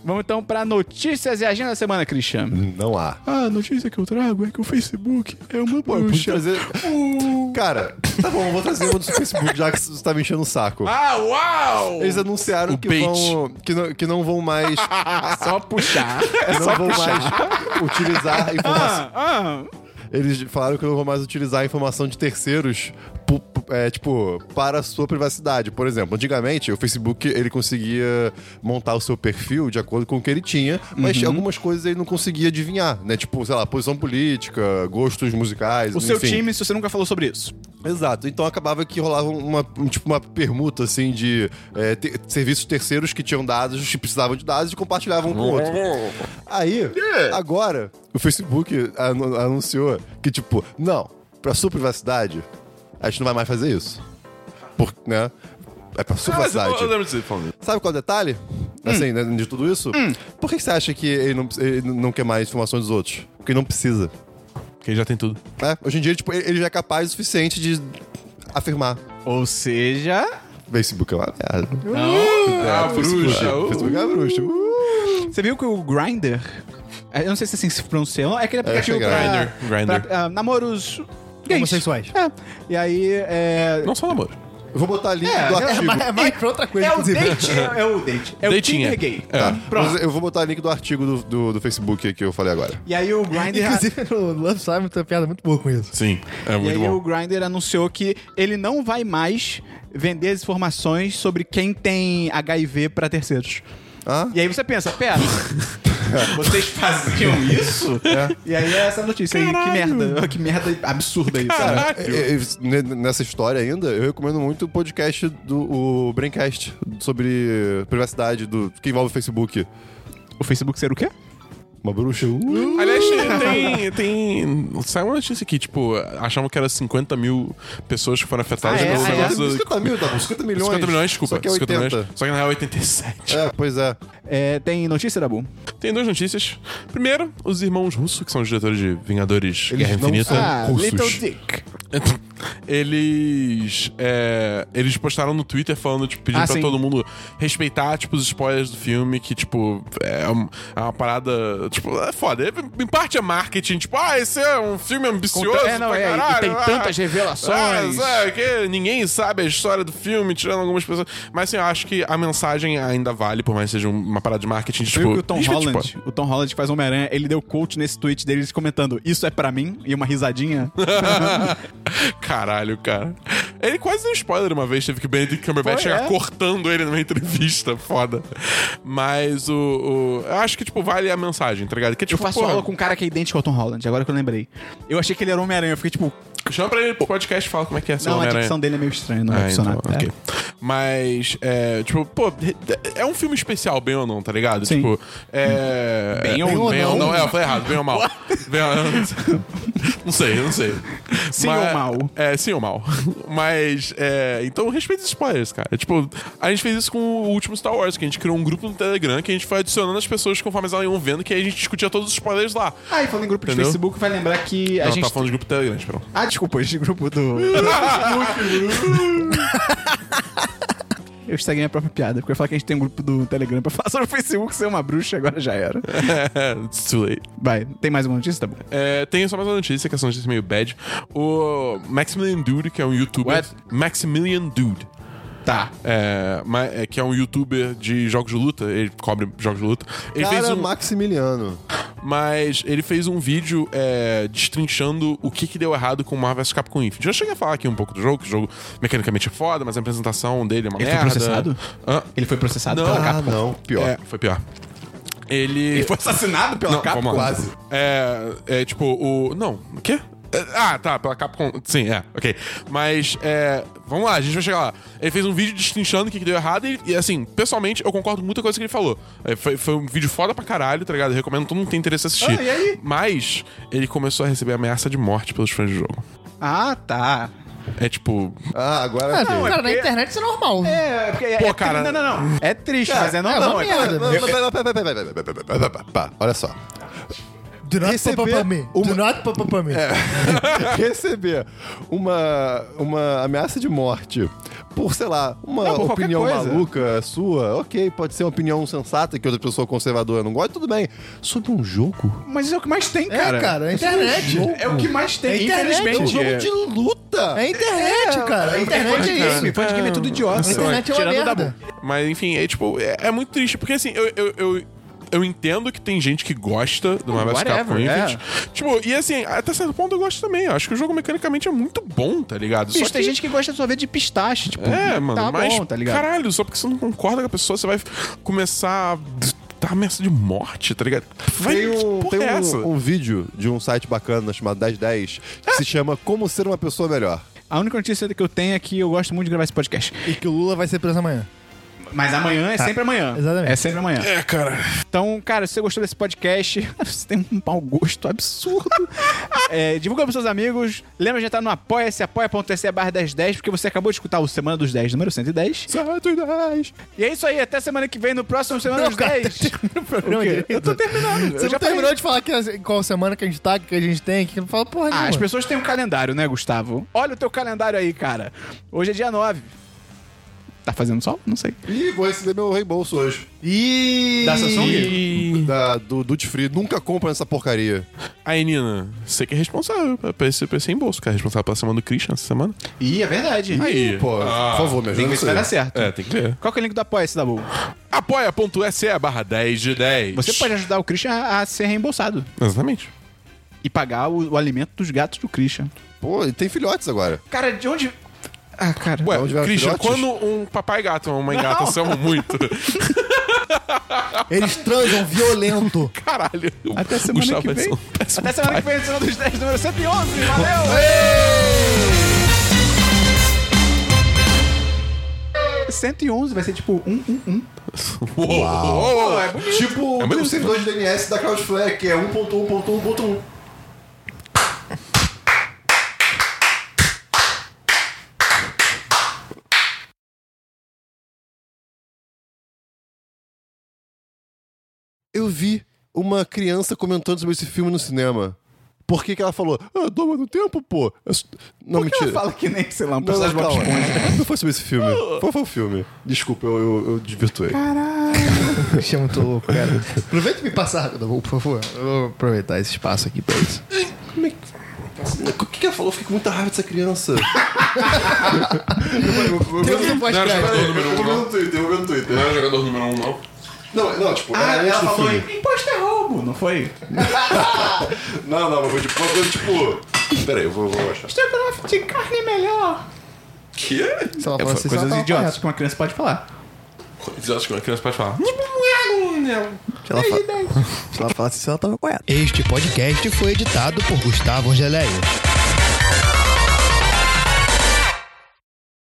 A: Vamos então pra notícias e agenda da semana, Christian.
B: Não há.
A: Ah, a notícia que eu trago é que o Facebook é uma
B: Pô, eu pude
A: bruxa.
B: trazer.
E: Uh.
B: Cara, tá bom, eu vou trazer uma do Facebook, já que você tá me enchendo o saco.
C: Ah, uau!
B: Eles anunciaram
C: O
B: que
C: bait.
B: vão. Que não, que não vão mais.
A: Só puxar.
B: que não vão mais utilizar informação.
A: ah, ah.
B: Eles falaram que não vão mais utilizar informação de terceiros. pu- pu- é, tipo, para a sua privacidade. Por exemplo, antigamente o Facebook ele conseguia montar o seu perfil de acordo com o que ele tinha, mas
A: Uhum.
B: algumas coisas ele não conseguia adivinhar, né? Tipo, sei lá, posição política, gostos musicais.
A: O seu
B: enfim.
A: time, se você nunca falou sobre isso.
B: Exato. Então acabava que rolava uma, um, tipo, uma permuta, assim, de é, te- serviços terceiros que tinham dados, que precisavam de dados e compartilhavam um com o outro. Aí, agora, o Facebook anu- anunciou que, tipo, não, pra sua privacidade, a gente não vai mais fazer isso. Por, né? É pra sua
C: Ah, mas eu-
B: privacidade.
C: eu Hum. lembro de você falando.
B: Sabe qual é o detalhe? Assim, né, de tudo isso?
C: Hum.
B: Por que que você acha que ele não, ele não quer mais informações dos outros? Porque não precisa.
C: Porque ele já tem tudo.
B: né? Hoje em dia, tipo, ele ele já é capaz o suficiente de afirmar.
A: Ou seja,
B: Facebook é uma merda.
C: Ah, bruxa. uh.
B: Facebook é uma bruxa. Uh.
A: Você viu que o Grindr. Eu não sei se é assim se pronuncia. É aquele aplicativo
B: que é
A: pra,
C: Grindr. Grindr.
A: pra, ah, namoros gays.
D: Homossexuais.
A: É. E aí, é...
C: Não só namoro.
B: Eu vou botar link do artigo.
D: É mais pra outra coisa,
A: É o
D: inclusive.
A: date. É o date. É o
C: Dating
A: Tinder
C: app.
A: gay.
C: É.
B: Tá,
A: Pronto.
B: mas eu vou botar link do artigo do, do, do Facebook que eu falei agora.
A: E aí o Grindr...
D: Inclusive, no Love Simon tem uma piada muito boa com isso.
C: Sim, é
A: E
C: muito
A: aí
C: bom.
A: o Grindr anunciou que ele não vai mais vender as informações sobre quem tem HIV pra terceiros.
B: Ah?
A: E aí você pensa, pera, vocês faziam isso? E aí é essa notícia aí, que merda, que merda absurda isso.
C: Ah,
A: né?
B: É, é, ne- Nessa história ainda, eu recomendo muito o podcast do o Braincast sobre privacidade do que envolve o Facebook.
A: O Facebook ser o quê?
B: Uma bruxa. Uh.
C: Aliás, tem, tem. Saiu uma notícia aqui, tipo, achavam que era 50 mil pessoas que foram afetadas
A: Ah, é?
C: pelo
A: Ah, é?
C: negócio do.
B: 50 mil, tá bom, 50 milhões.
C: 50 milhões, desculpa.
B: Só que é
C: 50
B: 80.
C: milhões. Só que na real é 87.
B: É, pois é.
A: É, tem notícia, Dabu?
C: Tem duas notícias. Primeiro, os irmãos Russo, que são os diretores de Vingadores Guerra
B: não
C: Infinita.
B: são. Ah, russos.
A: Little Dick.
C: Eles. é, eles postaram no Twitter falando, tipo, pedindo
A: Ah,
C: pra
A: sim.
C: todo mundo respeitar, tipo, os spoilers do filme, que, tipo, é um- é uma parada. Tipo, é foda. É- Em parte é marketing, tipo, ah, esse é um filme ambicioso.
A: Conta- é, não,
C: pra
A: é, e
C: caralho,
A: tem
C: ah,
A: tantas revelações.
C: Ah, sabe, que ninguém sabe a história do filme, tirando algumas pessoas. Mas assim, eu acho que a mensagem ainda vale, por mais que seja um, uma parada de marketing, de,
A: Viu
C: tipo.
A: que o Tom
C: respeite,
A: Holland,
C: tipo,
A: o Tom Holland que faz um Homem-Aranha, ele deu coach nesse tweet deles comentando, isso é pra mim? E uma risadinha.
C: Caralho, cara. Ele quase deu spoiler uma vez, teve que o Benedict Cumberbatch
A: Foi,
C: chegar
A: é.
C: cortando ele numa entrevista, foda. Mas o, o- Eu acho que, tipo, vale a mensagem, tá ligado? Que,
A: Eu
C: tipo,
A: faço
C: porra,
A: aula com um cara que é idêntico ao Tom Holland, agora que eu lembrei. Eu achei que ele era Homem-Aranha, eu fiquei tipo,
C: Chama pra ele pro podcast e fala como é que é seu
A: não, a
C: Homem-Aranha.
A: dicção dele é meio estranha, não vai
C: Ah,
A: funcionar.
C: então,
A: É.
C: ok. Mas, é, tipo, pô, é um filme especial, bem ou não, tá ligado?
A: Sim.
C: Tipo, é.
A: Bem ou
C: Bem ou
A: não?
C: não, é, eu falei errado, bem ou mal. Bem ou não. Não sei, não sei.
A: Sim ou mal?
C: É, sim ou mal. Mas, é, então respeita os spoilers, cara. Tipo, a gente fez isso com o último Star Wars, que a gente criou um grupo no Telegram que a gente foi adicionando as pessoas conforme elas iam vendo, que aí a gente discutia todos os spoilers lá.
A: Ah, e falando em grupo
C: Entendeu?
A: de Facebook, vai lembrar que a
C: não,
A: gente.
C: tá falando de grupo do Telegram, espera.
A: Ah, desculpa, esse grupo do. Eu estraguei minha própria piada, porque eu ia falar que a gente tem um grupo do Telegram pra falar sobre o Facebook ser uma bruxa, agora já era.
C: It's too late.
A: Vai, tem mais uma notícia? Tá bom.
C: É, tem só mais uma notícia, que é essa notícia meio bad. O Maximilian Dude, que é um youtuber.
A: What?
C: Maximilian Dude.
A: Tá.
C: É, ma- é, que é um youtuber de jogos de luta, ele cobre jogos de luta. Ele fez
B: Cara,
C: um,
B: Maximiliano.
C: mas ele fez um vídeo é, destrinchando o que, que deu errado com Marvel vs Capcom Infinite. Já cheguei a falar aqui um pouco do jogo, que o jogo mecanicamente é foda, mas a apresentação dele é uma
A: Ele foi
C: merda.
A: processado?
C: Hã?
A: Ele foi processado
C: Não.
A: pela
B: Ah,
A: Capcom.
B: não, pior.
C: É, foi pior. Ele.
A: Ele foi assassinado pela
C: Não,
A: Capcom?
C: vamos lá. É, é tipo, o. Não, o quê? É, Ah, tá, pela Capcom. Sim, é, ok. Mas, é. Vamos lá, a gente vai chegar lá. Ele fez um vídeo destrinchando o que que deu errado e, e, assim, pessoalmente, eu concordo com muita coisa que ele falou. É, foi, foi um vídeo foda pra caralho, tá ligado? Eu recomendo todo mundo que tem interesse em assistir.
A: Ah, e aí?
C: Mas, ele começou a receber ameaça de morte pelos fãs do jogo.
A: Ah, tá.
C: É tipo.
B: Ah, agora.
D: Cara,
A: é
D: na
A: porque-
D: internet isso é normal.
A: É, porque é,
C: Pô,
A: é
C: cara-
A: tri- Não, não, não. É triste, mas é normal.
D: uma
A: É-
D: merda.
B: Não, não, pera, pera, pera, pera, pera, pera, pera, pera, pera. Olha só.
D: Do not
B: Receber
D: pop up me.
B: uma-
D: Do not pop up
A: É,
D: me.
B: Receber uma, uma ameaça de morte por, sei lá, uma
A: Não, por qualquer
B: opinião
A: coisa.
B: maluca sua, ok, pode ser uma opinião sensata que outra pessoa conservadora não gosta, tudo bem. Sobre um jogo?
A: Mas isso é o que mais tem,
D: É,
A: cara.
D: cara, é internet.
A: É o que mais tem,
D: É internet,
B: Um
A: infelizmente.
B: jogo de luta!
D: É internet, cara. A internet é isso.
A: Fã de game é tudo idiota.
D: A internet é uma
A: Tirando o Dabu.
D: merda.
C: Mas enfim, é tipo, é, é muito triste, porque assim, eu, eu, eu, eu entendo que tem gente que gosta do Marvel vs Capcom
A: whatever, é.
C: Infinite. Tipo, e assim, até certo ponto eu gosto também. Eu acho que o jogo mecanicamente é muito bom, tá ligado?
A: Bicho,
C: que...
A: tem gente que gosta de sorvete de pistache, tipo.
C: É, mano,
A: tá
C: mas.
A: bom, tá ligado?
C: Caralho, só porque você não concorda com a pessoa, você vai f- começar a dar ameaça de morte, tá ligado? Vai,
B: Tem, um,
C: que porra
B: tem
C: é
B: um-
C: essa?
B: um vídeo de um site bacana chamado 1010 que se chama Como Ser Uma Pessoa Melhor.
A: A única notícia que eu tenho é que eu gosto muito de gravar esse podcast.
D: E que o Lula vai ser preso amanhã.
A: Mas amanhã é sempre amanhã.
D: Tá. exatamente.
A: É sempre amanhã.
C: É, cara.
A: Então, cara, se você gostou desse podcast, você tem um mau gosto absurdo. é, divulga pros seus amigos. Lembra de entrar no apoia-se, apoia.se barra 1010, porque você acabou de escutar o Semana dos 10, número 110. E é isso aí, até semana que vem, no próximo Semana dos 10.
D: programa
A: O quê?
D: direito.
A: Eu tô terminando.
D: Você
A: eu já
D: não terminou
A: falei.
D: de falar que, qual semana que a gente tá, que a gente tem, que não fala porra
A: Ah, as
D: nenhuma.
A: pessoas têm um calendário, né, Gustavo? Olha o teu calendário aí, cara. Hoje é dia 9. Tá fazendo sol? Não sei.
B: Ih, vou receber meu reembolso hoje.
D: Ih!
A: Da Samsung?
B: Da, do Duty Free. Nunca compra nessa porcaria.
C: Aí, Nina, você que é responsável pra, pra, esse, pra esse embolso, cara. Responsável pela semana do Christian essa semana.
A: Ih, é verdade.
C: Aí.
B: Pô, por favor, me
A: Tem que ver
B: ajuda.
A: se vai dar
B: nisso
A: certo.
C: É, tem que ver.
A: Qual que é o link do apoia-se, Dabu?
C: Apoia.se barra 10 de 10.
A: Você pode ajudar o Christian a, a ser reembolsado
C: Exatamente.
A: e pagar o, o alimento dos gatos do Christian.
B: aí. Pô, e tem filhotes agora.
A: Cara, de onde... Ah, cara.
C: Ué,
B: onde vai
C: Christian,
B: filhotes?
C: quando um papai gato e uma mãe gata se amam muito,
A: tá
D: Eles transam violento.
C: caralho.
A: Até
C: o
A: semana
C: Gustavo
A: que
C: vai
A: vem.
C: ser um péssimo
A: Até semana
C: pai.
A: que vem, edição dos 10, número 111. Valeu! Ei! 111 vai ser tipo 1, 1, 1.
C: Uou, uou, uou.
B: Tipo,
C: É mesmo?
B: o servidor de DNS da Cloudflare, que é 1.1.1.1. Eu vi uma criança comentando sobre esse filme no cinema. Por que, que ela falou? Ah, doma no tempo, pô. Eu s- Não,
A: Por que ela
B: mentira.
A: fala que nem, sei lá, um
B: Não,
A: personagem
B: não,
A: de Bob
B: calma.
A: Esponja?
B: Não foi sobre esse filme. Foi, foi o filme. Desculpa, eu, eu, eu desvirtuei.
D: Isso é muito louco, cara. Aproveita e me passa rápido, por favor. Eu vou aproveitar esse espaço aqui pra isso.
B: Como é que. Né, O que, que ela falou? Eu fiquei com muita raiva dessa criança.
D: Temos um
C: Não era
D: pós-crédito.
C: jogador número 1, não.
B: no Twitter, eu vou no Twitter.
C: Não era jogador número 1, não.
B: Não, não, tipo,
A: Ah,
B: era
A: ela
B: antes do
A: falou
B: filme.
A: em- imposto é roubo, não foi?
B: Não, não, mas foi tipo uma coisa tipo. Peraí, eu vou, vou achar.
A: Estrogonofe de carne é melhor.
C: que?
B: Se ela falasse isso, ela
A: Coisas
B: tava
A: idiotas
B: correta.
A: que uma criança pode falar.
C: Coisas que uma criança pode falar.
B: Se ela, fa... se ela falasse isso, ela tava correta.
E: Este podcast foi editado por Gustavo Angeléia.